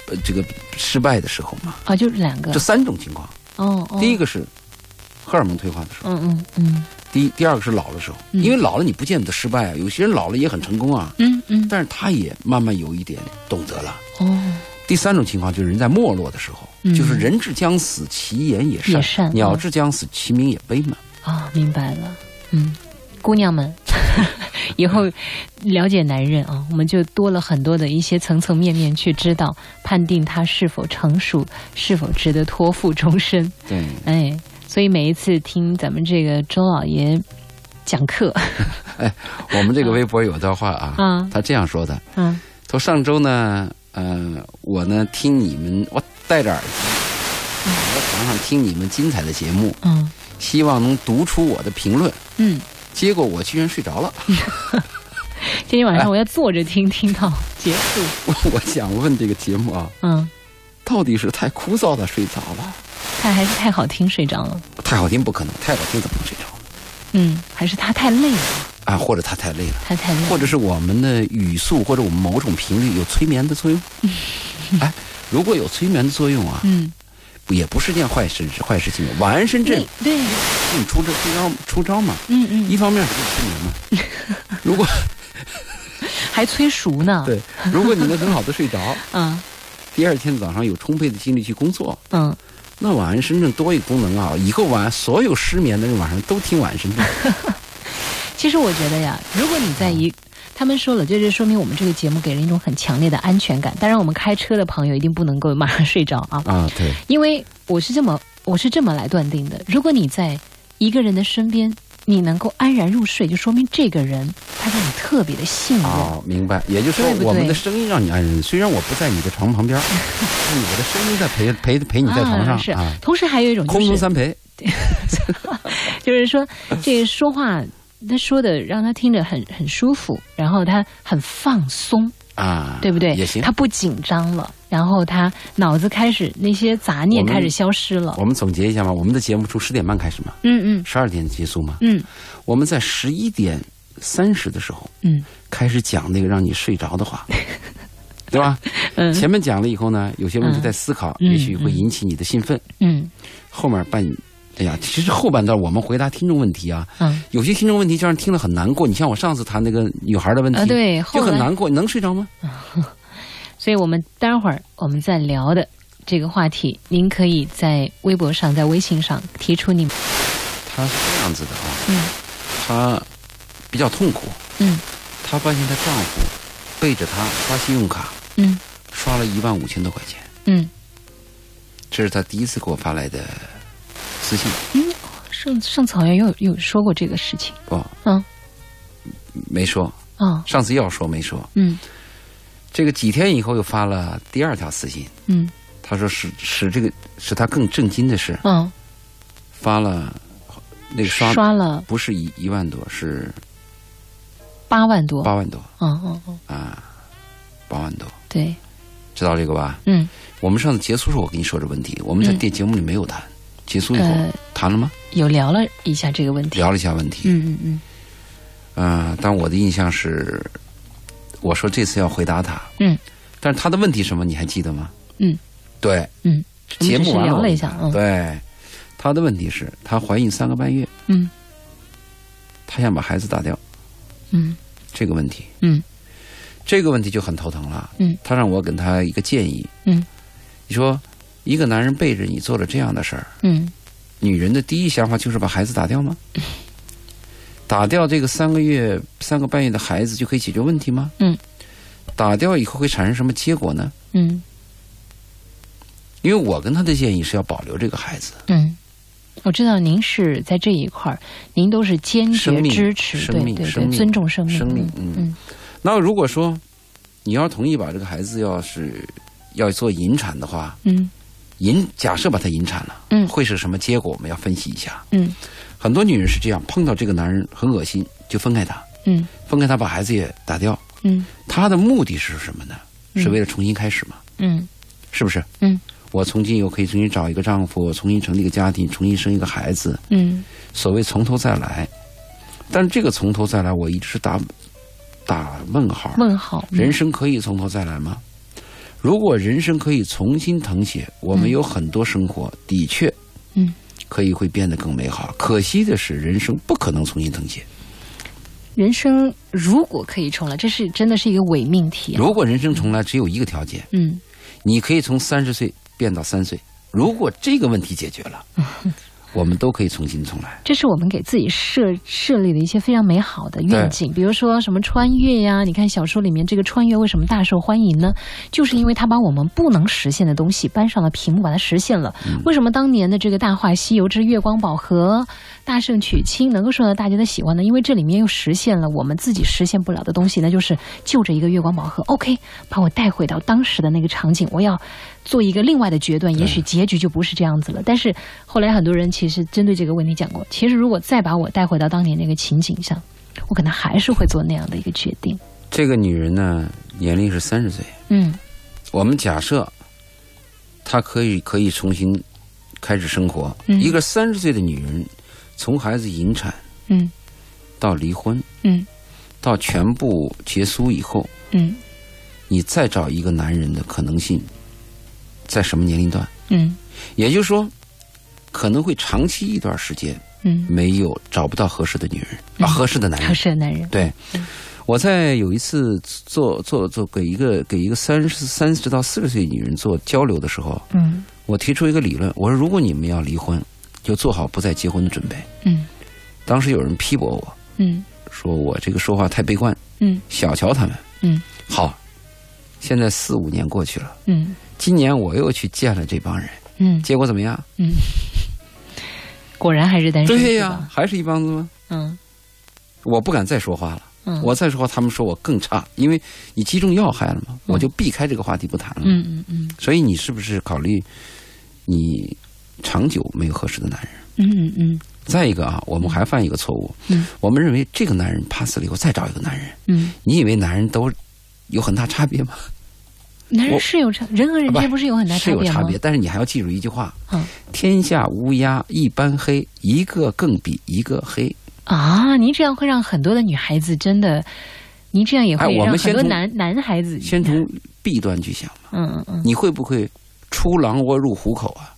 Speaker 1: 呃这个失败的时候嘛，
Speaker 2: 啊，就是两个
Speaker 1: 这，三种情况，
Speaker 2: 哦哦，
Speaker 1: 第一
Speaker 2: 个，
Speaker 1: 个是荷尔蒙退化的时候，
Speaker 2: 嗯嗯嗯
Speaker 1: 第一第二个是老的时候，
Speaker 2: 嗯
Speaker 1: 因为老了你不见得失败啊，有些人老了也很成功啊，
Speaker 2: 嗯嗯，
Speaker 1: 但是他也慢慢有一点懂得了。
Speaker 2: 哦，
Speaker 1: 第三种情况就是人在没落的时候，
Speaker 2: 嗯
Speaker 1: 就是人至将死，其言也善；
Speaker 2: 也善
Speaker 1: 鸟
Speaker 2: 嗯
Speaker 1: 至将死，其鸣也悲嘛。
Speaker 2: 啊，明白了。嗯，姑娘们， 以后了解男人啊，我们就多了很多的一些层层面面去知道，判定他是否成熟，是否值得托付终身。
Speaker 1: 对，
Speaker 2: 哎，所以每一次听咱们这个周老爷讲课，
Speaker 1: 我们这个微博有段话啊，
Speaker 2: 嗯
Speaker 1: 他这样说的：
Speaker 2: 嗯
Speaker 1: 说上周呢，呃，我呢听你们，我戴着耳机，我在床上听你们精彩的节目，
Speaker 2: 嗯
Speaker 1: 希望能读出我的评论，
Speaker 2: 嗯，
Speaker 1: 结果我居然睡着了。
Speaker 2: 今天晚上我要坐着听，听到结束。
Speaker 1: 我想问这个节目啊，
Speaker 2: 嗯，
Speaker 1: 到底是太枯燥了睡着了？
Speaker 2: 他还是太好听，睡着了。
Speaker 1: 太好听不可能，太好听怎么能睡着呢？
Speaker 2: 嗯，还是他太累了，
Speaker 1: 啊，或者他太累了，
Speaker 2: 他太累了。
Speaker 1: 或者是我们的语速或者我们某种频率有催眠的作用。哎，如果有催眠的作用啊，
Speaker 2: 嗯，
Speaker 1: 也不是件坏事，坏事情。晚安深圳
Speaker 2: 对，对，
Speaker 1: 你出这出招出招嘛？
Speaker 2: 嗯嗯，
Speaker 1: 一方面是催眠嘛， 如果
Speaker 2: 还催熟呢。，
Speaker 1: 对，如果你能很好的 睡着，
Speaker 2: 嗯
Speaker 1: 第二天早上有充沛的精力去工作，
Speaker 2: 嗯。
Speaker 1: 那晚安深圳多一功能啊！以后晚所有失眠的人晚上都听晚安 深圳。
Speaker 2: 其实我觉得呀，如果你在
Speaker 1: 嗯
Speaker 2: 一，他们说了，这就说明我们这个节目给人一种很强烈的安全感。当然，我们开车的朋友一定不能够马上睡着啊，
Speaker 1: 啊，对，
Speaker 2: 因为我是这么我是这么来断定的：如果你在一个人的身边，你能够安然入睡，就说明这个人他让你特别的信任。
Speaker 1: 哦，明白。也就是说
Speaker 2: 对不，对
Speaker 1: 我们的声音让你安然。虽然我不在你的床旁 边，但我的声音在陪陪陪你在床
Speaker 2: 啊、是
Speaker 1: 上啊，。
Speaker 2: 同时还有一种就
Speaker 1: 空中
Speaker 2: 是，
Speaker 1: 三陪，
Speaker 2: 就是说这个说话，他说的让他听着很很舒服，然后他很放松。
Speaker 1: 啊，
Speaker 2: 对不对？
Speaker 1: 也行
Speaker 2: 他。不紧张了，然后他脑子开始那些杂念
Speaker 1: 我们
Speaker 2: 开始消失了。
Speaker 1: 我们总结一下嘛，我们的节目从十点半开始嘛，
Speaker 2: 嗯嗯
Speaker 1: 十二点结束嘛。
Speaker 2: 嗯
Speaker 1: 我们在十一点三十的时候
Speaker 2: 嗯
Speaker 1: 开始讲那个让你睡着的 话，对吧？前面讲了以后呢，有些问题在思考，
Speaker 2: 嗯
Speaker 1: 也许会引起你的兴奋。
Speaker 2: 嗯
Speaker 1: 后面半，哎呀，其实后半段我们回答听众问题啊，
Speaker 2: 嗯，
Speaker 1: 有些听众问题就让人听了很难过。你像我上次谈那个女孩的问题，
Speaker 2: 啊对
Speaker 1: 就
Speaker 2: 后
Speaker 1: 很
Speaker 2: 来
Speaker 1: 难过。你能睡着吗？
Speaker 2: 所以我们待会儿我们再聊的这个话题，您可以在微博上、在微信上提出你们。
Speaker 1: 她是这样子的啊，
Speaker 2: 嗯
Speaker 1: 她比较痛苦，
Speaker 2: 嗯
Speaker 1: 她发现她丈夫背着她刷信用卡，
Speaker 2: 嗯
Speaker 1: 刷了一万五千多块钱，
Speaker 2: 嗯
Speaker 1: 这是她第一次给我发来的私信。
Speaker 2: 嗯，上上次好像有有说过这个事情。
Speaker 1: 不，
Speaker 2: 嗯
Speaker 1: 哦没说，
Speaker 2: 哦
Speaker 1: 上次要说没说。
Speaker 2: 嗯
Speaker 1: 这个几天以后又发了第二条私信，
Speaker 2: 嗯
Speaker 1: 她说使使这个使她更震惊的是，
Speaker 2: 嗯，
Speaker 1: 发了那个刷
Speaker 2: 刷了
Speaker 1: 不是一一万多，是
Speaker 2: 八万多。
Speaker 1: 八万多
Speaker 2: 嗯嗯嗯，
Speaker 1: 啊，八万多，
Speaker 2: 对，
Speaker 1: 知道这个吧？
Speaker 2: 嗯
Speaker 1: 我们上次结束时候我跟你说这问题，我们在
Speaker 2: 嗯
Speaker 1: 电节目里没有谈，结束以后、
Speaker 2: 呃
Speaker 1: 谈了吗？
Speaker 2: 有聊了一下这个问题。
Speaker 1: 聊了一下问题，
Speaker 2: 嗯嗯嗯
Speaker 1: 嗯、但我的印象是，我说这次要回答他，
Speaker 2: 嗯，
Speaker 1: 但是他的问题什么你还记得吗？
Speaker 2: 嗯，
Speaker 1: 对，
Speaker 2: 嗯，我
Speaker 1: 节
Speaker 2: 们
Speaker 1: 目
Speaker 2: 只是
Speaker 1: 完
Speaker 2: 聊
Speaker 1: 我
Speaker 2: 了一
Speaker 1: 问
Speaker 2: 下
Speaker 1: 他。
Speaker 2: 嗯
Speaker 1: 对，他的问题是，她怀孕三个半月，
Speaker 2: 嗯
Speaker 1: 她想把孩子打掉，
Speaker 2: 嗯
Speaker 1: 这个问题，
Speaker 2: 嗯
Speaker 1: 这个问题就很头疼了。
Speaker 2: 嗯，
Speaker 1: 他让我给他一个建议，
Speaker 2: 嗯
Speaker 1: 你说一个男人背着你做了这样的事儿，
Speaker 2: 嗯
Speaker 1: 女人的第一想法就是把孩子打掉 吗？打掉这个三个月、三个半月的孩子就可以解决问题吗？
Speaker 2: 嗯，
Speaker 1: 打掉以后会产生什么结果呢？
Speaker 2: 嗯
Speaker 1: 因为我跟他的建议是要保留这个孩子，
Speaker 2: 嗯，我知道您是在这一块儿，您都是坚
Speaker 1: 生
Speaker 2: 决
Speaker 1: 命
Speaker 2: 支持，
Speaker 1: 生
Speaker 2: 对
Speaker 1: 命
Speaker 2: 对
Speaker 1: 生
Speaker 2: 对，
Speaker 1: 命
Speaker 2: 尊重生命，
Speaker 1: 生命
Speaker 2: 嗯
Speaker 1: 嗯那如果说你要同意把这个孩子要是要做引产的话，
Speaker 2: 嗯
Speaker 1: 引假设把他引产了，
Speaker 2: 嗯
Speaker 1: 会是什么结果？我们要分析一下。
Speaker 2: 嗯
Speaker 1: 很多女人是这样，碰到这个男人很恶心，就分开他，
Speaker 2: 嗯
Speaker 1: 分开他把孩子也打掉。
Speaker 2: 嗯
Speaker 1: 他的目的是什么呢？是为了重新开始嘛？
Speaker 2: 嗯
Speaker 1: 是不是？
Speaker 2: 嗯，
Speaker 1: 我从今又可以重新找一个丈夫，重新成立一个家庭，重新生一个孩子，
Speaker 2: 嗯
Speaker 1: 所谓从头再来。但是这个从头再来，我一直是打打问号。
Speaker 2: 问好，嗯
Speaker 1: 人生可以从头再来吗？如果人生可以重新誊写，我们有很多生活的确，
Speaker 2: 嗯，
Speaker 1: 可以会变得更美好。可惜的是，人生不可能重新誊写。
Speaker 2: 人生如果可以重来，这是真的是一个伪命题、啊。
Speaker 1: 如果人生重来，只有一个条件，
Speaker 2: 嗯
Speaker 1: 你可以从三十岁变到三岁。如果这个问题解决 了，我们都可以重新重来。
Speaker 2: 这是我们给自己设设立的一些非常美好的愿景，比如说什么穿越呀、你看小说里面这个穿越为什么大受欢迎呢？就是因为它把我们不能实现的东西搬上了屏幕，把它实现了。为什么当年的这个《大话西游之月光宝盒》《大圣娶亲》能够受到大家的喜欢呢？因为这里面又实现了我们自己实现不了的东西，那就是就着一个月光宝盒，OK，把我带回到当时的那个场景，我要做一个另外的决断，也许结局就不是这样子了。但是后来很多人其实针对这个问题讲过，其实如果再把我带回到当年那个情景上，我可能还是会做那样的一个决定。
Speaker 1: 这个女人呢，年龄是三十岁，
Speaker 2: 嗯
Speaker 1: 我们假设她可以可以重新开始生活。
Speaker 2: 嗯
Speaker 1: 一个三十岁的女人，从孩子引产
Speaker 2: 嗯
Speaker 1: 到离婚，
Speaker 2: 嗯
Speaker 1: 到全部结束以后，
Speaker 2: 嗯
Speaker 1: 你再找一个男人的可能性，在什么年龄段？
Speaker 2: 嗯
Speaker 1: 也就是说，可能会长期一段时间
Speaker 2: 嗯，
Speaker 1: 没有找不到合适的女人啊，合适的男
Speaker 2: 合
Speaker 1: 人。
Speaker 2: 适嗯的男人。
Speaker 1: 对，我在有一次做做做给一个给一个三十三十到四十岁女人做交流的时候，
Speaker 2: 嗯
Speaker 1: 我提出一个理论，我说如果你们要离婚，就做好不再结婚的准备。
Speaker 2: 嗯
Speaker 1: 当时有人批驳我
Speaker 2: 嗯
Speaker 1: 说我这个说话太悲观，
Speaker 2: 嗯
Speaker 1: 小瞧他们。
Speaker 2: 嗯
Speaker 1: 好，现在四五年过去了，
Speaker 2: 嗯
Speaker 1: 今年我又去见了这帮人，
Speaker 2: 嗯，
Speaker 1: 结果怎么样？
Speaker 2: 果然还是单身。
Speaker 1: 对
Speaker 2: 是
Speaker 1: 呀、
Speaker 2: 吧
Speaker 1: 还是一帮子吗？
Speaker 2: 嗯
Speaker 1: 我不敢再说话了，
Speaker 2: 嗯，
Speaker 1: 我再说话他们说我更差，因为你击中要害了嘛，我就避开这个话题不谈了。
Speaker 2: 嗯嗯嗯
Speaker 1: 所以你是不是考虑你长久没有合适的男人？
Speaker 2: 嗯嗯嗯
Speaker 1: 再一个啊，我们还犯一个错误，
Speaker 2: 嗯
Speaker 1: 我们认为这个男人 pass 了以后再找一个男人，
Speaker 2: 嗯，
Speaker 1: 你以为男人都有很大差别吗？
Speaker 2: 男人
Speaker 1: 我啊
Speaker 2: 是有差，人和人之间不是有很大
Speaker 1: 是
Speaker 2: 差
Speaker 1: 有
Speaker 2: 别
Speaker 1: 差
Speaker 2: 吗？
Speaker 1: 别，但是你还要记住一句话：
Speaker 2: 嗯
Speaker 1: 天下乌鸦一般黑，一个更比一个黑。
Speaker 2: 啊，您这样会让很多的女孩子真的，您这样也
Speaker 1: 哎
Speaker 2: 会
Speaker 1: 我们
Speaker 2: 让很
Speaker 1: 先
Speaker 2: 多
Speaker 1: 从
Speaker 2: 男男孩子，
Speaker 1: 先从弊端去想嘛，
Speaker 2: 嗯嗯嗯
Speaker 1: 你会不会出狼窝入虎口啊？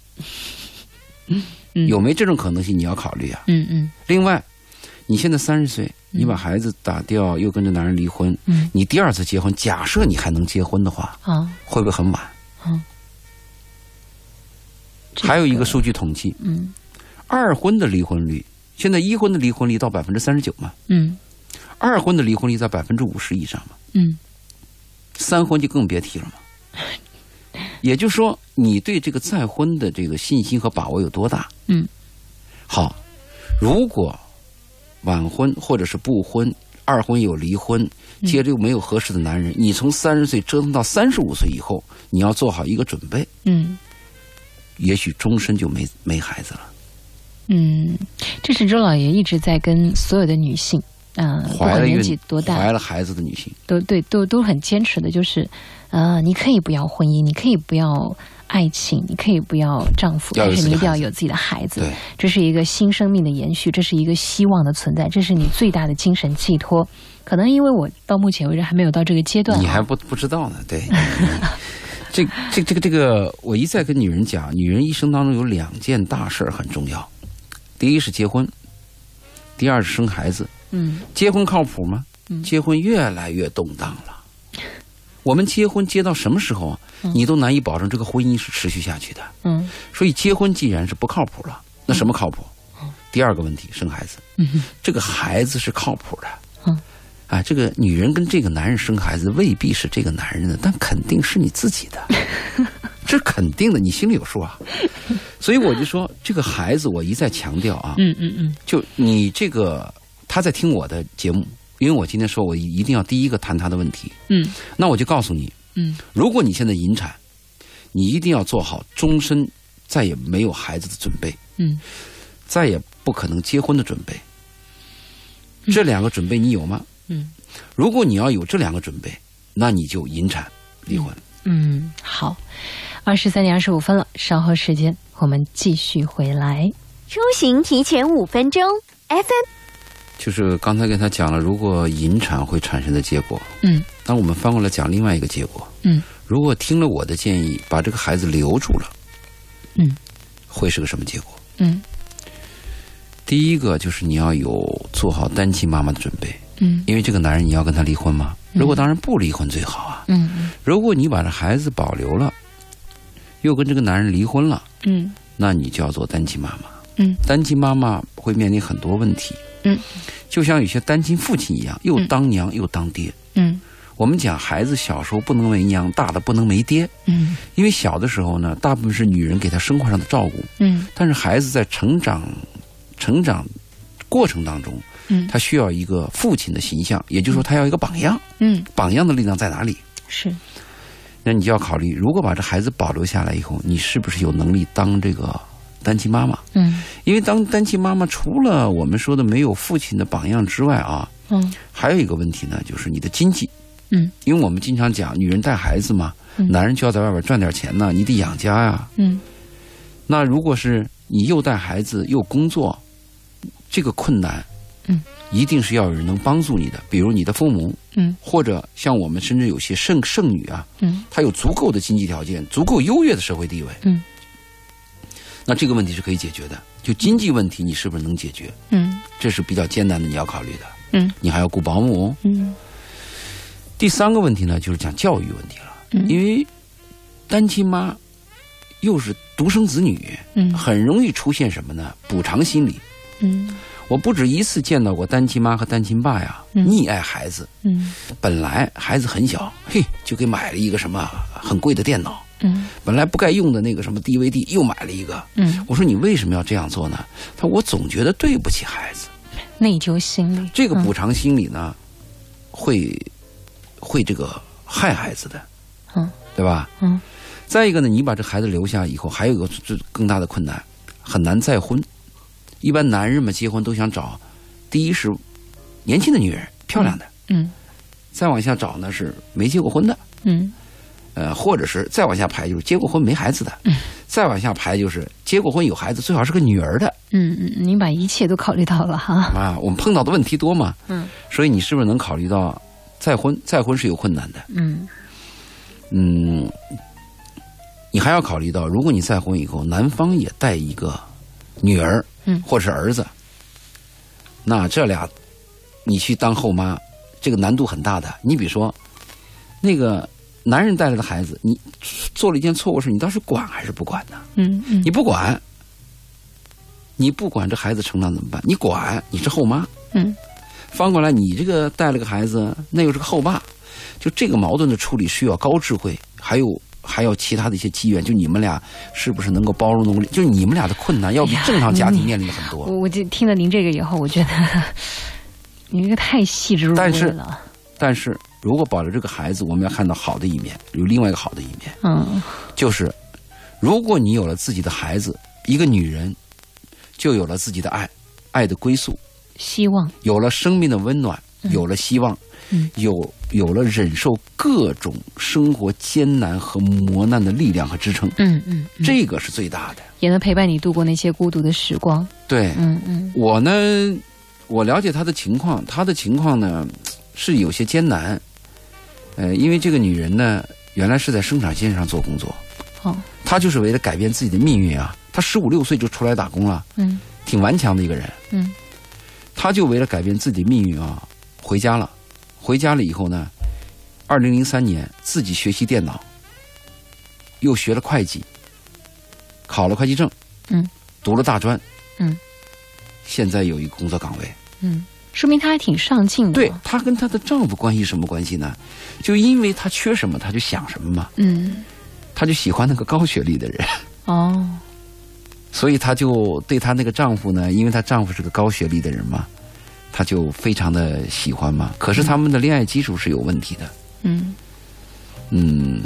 Speaker 2: 嗯，
Speaker 1: 有没这种可能性？你要考虑啊。
Speaker 2: 嗯嗯
Speaker 1: 另外，你现在三十岁，
Speaker 2: 嗯
Speaker 1: 你把孩子打掉，又跟这男人离婚，
Speaker 2: 嗯
Speaker 1: 你第二次结婚，假设你还能结婚的话，
Speaker 2: 啊，
Speaker 1: 会不会很晚？
Speaker 2: 嗯
Speaker 1: 还有一个数据统计，
Speaker 2: 嗯
Speaker 1: 二婚的离婚率，现在一婚的离婚率到百分之三十九嘛，
Speaker 2: 嗯
Speaker 1: 二婚的离婚率在百分之五十以上嘛，
Speaker 2: 嗯
Speaker 1: 三婚就更别提了嘛。也就是说，你对这个再婚的这个信心和把握有多大？
Speaker 2: 嗯
Speaker 1: 好，如果晚婚或者是不婚，二婚有离婚，
Speaker 2: 嗯
Speaker 1: 接着又没有合适的男人，你从三十岁折腾到三十五岁以后，你要做好一个准备，
Speaker 2: 嗯
Speaker 1: 也许终身就没没孩子了。
Speaker 2: 嗯，这是周老爷一直在跟所有的女性，嗯、不
Speaker 1: 怀
Speaker 2: 管
Speaker 1: 了
Speaker 2: 年
Speaker 1: 孕
Speaker 2: 纪多大，
Speaker 1: 怀了孩子的女性，
Speaker 2: 都对，都都很坚持的，就是，呃，你可以不要婚姻，你可以不要爱情，你可以不要丈夫，
Speaker 1: 要有
Speaker 2: 但是
Speaker 1: 自己
Speaker 2: 你
Speaker 1: 的
Speaker 2: 一定要
Speaker 1: 孩子
Speaker 2: 有自己的孩子
Speaker 1: 对。
Speaker 2: 这是一个新生命的延续，这是一个希望的存在，这是你最大的精神寄托。可能因为我到目前为止还没有到这个阶段啊，
Speaker 1: 你还不不知道呢。对， 这这这个这个，我一再跟女人讲，女人一生当中有两件大事儿很重要，第一是结婚，第二是生孩子。
Speaker 2: 嗯
Speaker 1: 结婚靠谱吗？结婚越来越动荡了。我们结婚结到什么时候啊？你都难以保证这个婚姻是持续下去的。
Speaker 2: 嗯
Speaker 1: 所以结婚既然是不靠谱了，那什么靠谱？第二个问题，生孩子。
Speaker 2: 嗯哼
Speaker 1: 这个孩子是靠谱的。
Speaker 2: 嗯
Speaker 1: 啊，这个女人跟这个男人生孩子未必是这个男人的，但肯定是你自 己的，这肯定的，你心里有数啊。所以我就说，这个孩子我一再强调啊，
Speaker 2: 嗯嗯嗯，
Speaker 1: 就你这个他在听我的节目，因为我今天说我一定要第一个谈他的问题，
Speaker 2: 嗯
Speaker 1: 那我就告诉你，
Speaker 2: 嗯，
Speaker 1: 如果你现在引产，你一定要做好终身再也没有孩子的准备，
Speaker 2: 嗯，
Speaker 1: 再也不可能结婚的准备。这两个准备你有吗？
Speaker 2: 嗯
Speaker 1: 如果你要有这两个准备，那你就引产离婚。
Speaker 2: 嗯，好，二十三点二十五分了，稍后时间我们继续回来。
Speaker 4: 出行提前五分钟，FM
Speaker 1: 就是刚才给他讲了，如果引产会产生的结果，
Speaker 2: 嗯
Speaker 1: 那我们翻过来讲另外一个结果。
Speaker 2: 嗯，
Speaker 1: 如果听了我的建议，把这个孩子留住了，
Speaker 2: 嗯，
Speaker 1: 会是个什么结果？
Speaker 2: 嗯
Speaker 1: 第一个就是你要有做好单亲妈妈的准备，
Speaker 2: 嗯
Speaker 1: 因为这个男人你要跟他离婚吗？
Speaker 2: 嗯
Speaker 1: 如果当然不离婚最好啊。
Speaker 2: 嗯
Speaker 1: 如果你把这孩子保留了，又跟这个男人离婚了，
Speaker 2: 嗯
Speaker 1: 那你就要做单亲妈妈。
Speaker 2: 嗯，
Speaker 1: 单亲妈妈会面临很多问题。
Speaker 2: 嗯，
Speaker 1: 就像有些单亲父亲一样，又当娘又当爹。
Speaker 2: 嗯
Speaker 1: 我们讲孩子小时候不能没娘，大的不能没爹，
Speaker 2: 嗯
Speaker 1: 因为小的时候呢，大部分是女人给他生活上的照顾，
Speaker 2: 嗯
Speaker 1: 但是孩子在成长成长过程当中，
Speaker 2: 嗯
Speaker 1: 他需要一个父亲的形象，也就是说他要一个榜样。
Speaker 2: 嗯，
Speaker 1: 榜样的力量在哪里？
Speaker 2: 是，
Speaker 1: 那你就要考虑，如果把这孩子保留下来以后，你是不是有能力当这个单亲妈妈？
Speaker 2: 嗯
Speaker 1: 因为当单亲妈妈，除了我们说的没有父亲的榜样之外啊，
Speaker 2: 嗯
Speaker 1: 还有一个问题呢，就是你的经济。
Speaker 2: 嗯，
Speaker 1: 因为我们经常讲，女人带孩子嘛，
Speaker 2: 嗯
Speaker 1: 男人就要在外边赚点钱呢，你得养家呀、
Speaker 2: 嗯
Speaker 1: 那如果是你又带孩子又工作，这个困难，
Speaker 2: 嗯，
Speaker 1: 一定是要有人能帮助你的，比如你的父母，
Speaker 2: 嗯
Speaker 1: 或者像我们甚至有些剩剩女啊，
Speaker 2: 嗯
Speaker 1: 她有足够的经济条件，足够优越的社会地位，
Speaker 2: 嗯，
Speaker 1: 那这个问题是可以解决的。就经济问题，你是不是能解决？
Speaker 2: 嗯
Speaker 1: 这是比较艰难的，你要考虑的。
Speaker 2: 嗯，
Speaker 1: 你还要雇保姆。哦
Speaker 2: 嗯
Speaker 1: 第三个问题呢，就是讲教育问题了，
Speaker 2: 嗯
Speaker 1: 因为单亲妈又是独生子女，
Speaker 2: 嗯
Speaker 1: 很容易出现什么呢？补偿心理。
Speaker 2: 嗯
Speaker 1: 我不止一次见到过单亲妈和单亲爸呀，
Speaker 2: 嗯
Speaker 1: 溺爱孩子。
Speaker 2: 嗯
Speaker 1: 本来孩子很小，嘿，就给买了一个什么很贵的电脑，
Speaker 2: 嗯
Speaker 1: 本来不该用的那个什么 DVD 又买了一个。
Speaker 2: 嗯，
Speaker 1: 我说你为什么要这样做呢？他说我总觉得对不起孩子。
Speaker 2: 内疚心理，
Speaker 1: 这个补偿心理呢，会会这个害孩子的，
Speaker 2: 嗯，
Speaker 1: 对吧？
Speaker 2: 嗯
Speaker 1: 再一个呢，你把这孩子留下以后，还有一个最更大的困难，很难再婚。一般男人们结婚都想找，第一是年轻的女人，漂亮的；
Speaker 2: 嗯
Speaker 1: 再往下找呢是没结过婚的，
Speaker 2: 嗯
Speaker 1: 呃，或者是再往下排就是结过婚没孩子的，
Speaker 2: 嗯
Speaker 1: 再往下排就是结过婚有孩子，最好是个女儿的。
Speaker 2: 嗯嗯，您把一切都考虑到了哈，
Speaker 1: 啊，我们碰到的问题多嘛，
Speaker 2: 嗯，
Speaker 1: 所以你是不是能考虑到再婚？再婚是有困难的，
Speaker 2: 嗯
Speaker 1: 嗯，你还要考虑到，如果你再婚以后，男方也带一个女儿，
Speaker 2: 嗯
Speaker 1: 或者是儿子，那这俩你去当后妈，这个难度很大的。你比如说，那个男人带来的孩子，你做了一件错误事，你倒是管还是不管呢？
Speaker 2: 嗯嗯
Speaker 1: 你不管，你不管这孩子成长怎么办？你管，你是后妈，
Speaker 2: 嗯
Speaker 1: 翻过来，你这个带了个孩子，那又是个后爸，就这个矛盾的处理需要高智慧，还有还有其他的一些机缘。就你们俩是不是能够包容能力？就你们俩的困难要比正常家庭面临的很多。
Speaker 2: 哎嗯我我就听了您这个以后，我觉得您这个太细致入
Speaker 1: 但
Speaker 2: 微
Speaker 1: 是
Speaker 2: 了。
Speaker 1: 但是如果保留这个孩子，我们要看到好的一面，有另外一个好的一面，
Speaker 2: 嗯
Speaker 1: 就是如果你有了自己的孩子，一个女人就有了自己的爱，爱的归宿，，
Speaker 2: 希望，
Speaker 1: 有了生命的温暖，有了希望，
Speaker 2: 嗯
Speaker 1: 有有了忍受各种生活艰难和磨难的力量和支撑，
Speaker 2: 嗯嗯，
Speaker 1: 这个是最大的。
Speaker 2: 也能陪伴你度过那些孤独的时光。
Speaker 1: 对
Speaker 2: 嗯嗯
Speaker 1: 我呢，我了解她的情况，她的情况呢是有些艰难，呃，因为这个女人呢原来是在生产线上做工作，
Speaker 2: 哦，
Speaker 1: 她就是为了改变自己的命运啊，她十五六岁就出来打工了，
Speaker 2: 嗯
Speaker 1: 挺顽强的一个人。
Speaker 2: 嗯
Speaker 1: 他就为了改变自己的命运啊，回家了。回家了以后呢，二零零三年自己学习电脑，又学了会计，考了会计证，
Speaker 2: 嗯，
Speaker 1: 读了大专，
Speaker 2: 嗯，
Speaker 1: 现在有一个工作岗位，
Speaker 2: 嗯，说明她还挺上进的。
Speaker 1: 对，她跟她的丈夫关系什么关系呢？就因为她缺什么，她就想什么嘛。
Speaker 2: 嗯，
Speaker 1: 她就喜欢那个高学历的人，
Speaker 2: 哦，
Speaker 1: 所以她就对她那个丈夫呢，因为她丈夫是个高学历的人嘛，她就非常的喜欢嘛。可是他们的恋爱基础是有问题的。
Speaker 2: 嗯
Speaker 1: 嗯，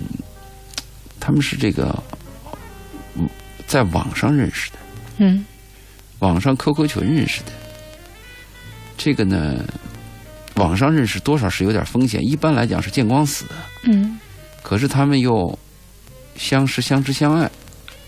Speaker 1: 他们是这个，嗯在网上认识的，
Speaker 2: 嗯
Speaker 1: 网上 QQ 群认识的。这个呢，网上认识多少是有点风险，一般来讲是见光死的。
Speaker 2: 嗯
Speaker 1: 可是他们又相识、相知、相爱，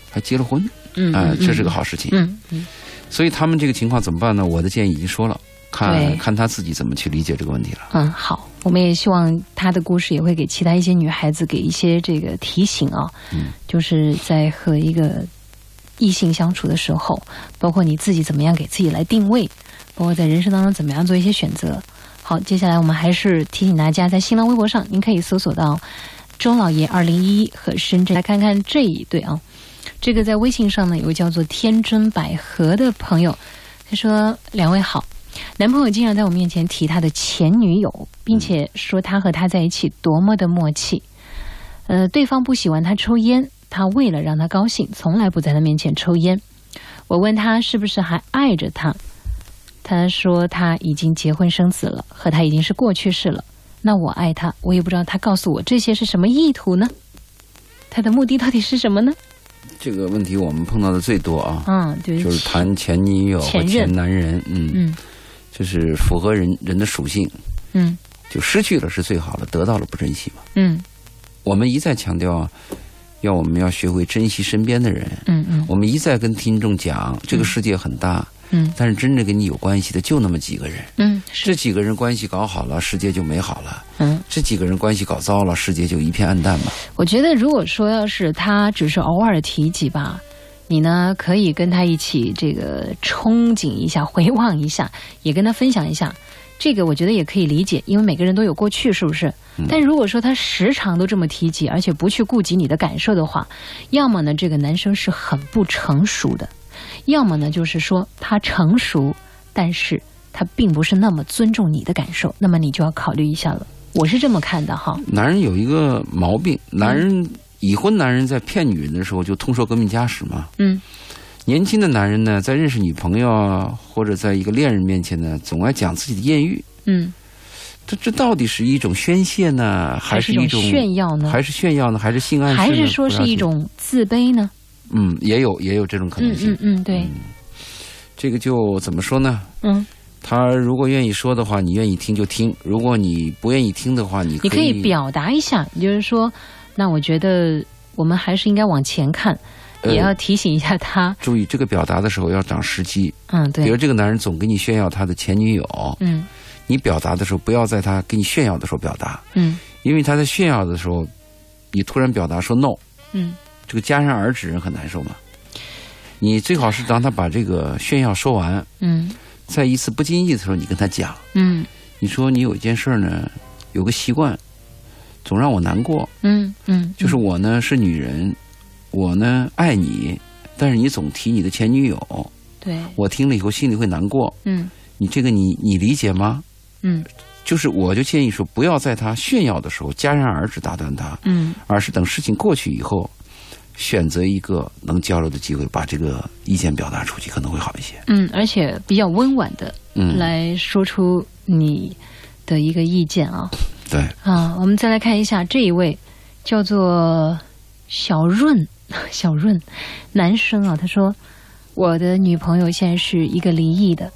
Speaker 1: 还结了婚，
Speaker 2: 嗯，
Speaker 1: 啊、
Speaker 2: 嗯
Speaker 1: 这是个好事情。
Speaker 2: 嗯嗯
Speaker 1: 所以他们这个情况怎么办呢？我的建议已经说了，
Speaker 2: 对
Speaker 1: 看看他自己怎么去理解这个问题了。
Speaker 2: 嗯，好，我们也希望她的故事也会给其他一些女孩子给一些这个提醒啊，
Speaker 1: 嗯
Speaker 2: 就是在和一个异性相处的时候，包括你自己怎么样给自己来定位，包括在人生当中怎么样做一些选择。好，接下来我们还是提醒大家，在新浪微博上，您可以搜索到周老爷二零一一和深圳，来看看这一对啊。这个在微信上呢，有个叫做“天真百合”的朋友，他说：“两位好，男朋友经常在我面前提他的前女友，并且说他和她在一起多么的默契。呃，对方不喜欢他抽烟，他为了让他高兴，从来不在他面前抽烟。我问他是不是还爱着他，他说他已经结婚生子了，和他已经是过去式了。那我爱他，我也不知道他告诉我这些是什么意图呢？他的目的到底是什么呢？
Speaker 1: 这个问题我们碰到的最多啊，
Speaker 2: 嗯，就是
Speaker 1: 就是谈前女友和
Speaker 2: 前任
Speaker 1: 前男人，嗯，
Speaker 2: 嗯
Speaker 1: 就是符合人人的属性，
Speaker 2: 嗯
Speaker 1: 就失去了是最好的，得到了不珍惜嘛。
Speaker 2: 嗯
Speaker 1: 我们一再强调啊，要我们要学会珍惜身边的人。
Speaker 2: 嗯嗯
Speaker 1: 我们一再跟听众讲，这个世界很大，
Speaker 2: 嗯
Speaker 1: 但是真正跟你有关系的就那么几个人。
Speaker 2: 嗯，
Speaker 1: 这
Speaker 2: 是
Speaker 1: 几个人关系搞好了，世界就美好了；
Speaker 2: 嗯。
Speaker 1: 这几个人关系搞糟了，世界就一片暗淡嘛。
Speaker 2: 我觉得，如果说要是他只是偶尔提及吧，你呢可以跟他一起这个憧憬一下、回望一下，也跟他分享一下。这个我觉得也可以理解，因为每个人都有过去，是不是？但如果说他时常都这么提及，而且不去顾及你的感受的话，要么呢这个男生是很不成熟的，要么呢就是说他成熟，但是他并不是那么尊重你的感受，那么你就要考虑一下了。我是这么看的哈，
Speaker 1: 男人有一个毛病，
Speaker 2: 嗯
Speaker 1: 男人已婚男人在骗女人的时候就通说革命家史嘛。
Speaker 2: 嗯
Speaker 1: 年轻的男人呢，在认识女朋友啊，或者在一个恋人面前呢，总爱讲自己的艳遇。
Speaker 2: 嗯，
Speaker 1: 这这到底是一种宣泄呢，还是一
Speaker 2: 种炫耀呢？
Speaker 1: 还是炫耀呢，还是性暗示呢？
Speaker 2: 还是说是一种自卑呢？
Speaker 1: 不知道是嗯，也有也有这种可能
Speaker 2: 嗯
Speaker 1: 性。
Speaker 2: 嗯嗯，对，
Speaker 1: 这个就怎么说呢？
Speaker 2: 嗯，
Speaker 1: 他如果愿意说的话，你愿意听就听；如果你不愿意听的话，你可
Speaker 2: 你可以表达一下，也就是说，那我觉得我们还是应该往前看，
Speaker 1: 呃
Speaker 2: 也要提醒一下他。
Speaker 1: 注意这个表达的时候要长时机。
Speaker 2: 嗯，
Speaker 1: 比如
Speaker 2: 对，
Speaker 1: 这个男人总跟你炫耀他的前女友，
Speaker 2: 嗯
Speaker 1: 你表达的时候不要在他跟你炫耀的时候表达，
Speaker 2: 嗯
Speaker 1: 因为他在炫耀的时候，你突然表达说 no，
Speaker 2: 嗯
Speaker 1: 这个戛然而止人很难受嘛。你最好是让他把这个炫耀说完，
Speaker 2: 嗯
Speaker 1: 在一次不经意的时候，你跟他讲，
Speaker 2: 嗯
Speaker 1: 你说你有一件事儿呢，有个习惯，总让我难过，
Speaker 2: 嗯嗯，
Speaker 1: 就是我呢是女人，我呢爱你，但是你总提你的前女友，
Speaker 2: 对，
Speaker 1: 我听了以后心里会难过。
Speaker 2: 嗯
Speaker 1: 你这个你你理解吗？
Speaker 2: 嗯
Speaker 1: 就是我就建议说，不要在他炫耀的时候戛然而止打断他，
Speaker 2: 嗯
Speaker 1: 而是等事情过去以后，选择一个能交流的机会，把这个意见表达出去，可能会好一些。
Speaker 2: 嗯，而且比较温婉的
Speaker 1: 嗯，
Speaker 2: 来说出你的一个意见啊。
Speaker 1: 对，
Speaker 2: 啊，我们再来看一下这一位，叫做小润，小润，男生啊，他说我的女朋友现在是一个离异的，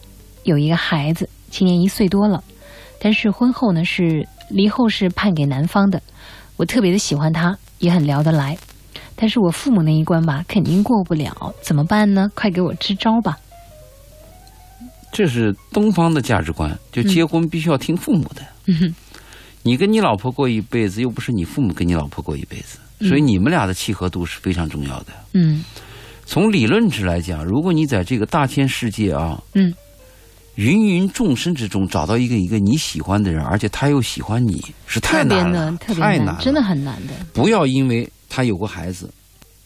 Speaker 2: 有一个孩子，今年一岁多了，但是婚后呢是离后是判给男方的，我特别的喜欢他，也很聊得来，但是我父母那一关吧，肯定过不了，怎么办呢？快给我支招吧。
Speaker 1: 这是东方的价值观，就结婚必须要听父母的。
Speaker 2: 嗯哼，
Speaker 1: 你跟你老婆过一辈子，又不是你父母跟你老婆过一辈子，所以你们俩的契合度是非常重要的。
Speaker 2: 嗯
Speaker 1: 从理论之来讲，如果你在这个大千世界啊，
Speaker 2: 嗯
Speaker 1: 芸芸众生之中找到一个一个你喜欢的人，而且他又喜欢你，是太
Speaker 2: 特别
Speaker 1: 难了
Speaker 2: 嗯难，，特别
Speaker 1: 太难了，
Speaker 2: 真的很难的。
Speaker 1: 不要因为他有过孩子，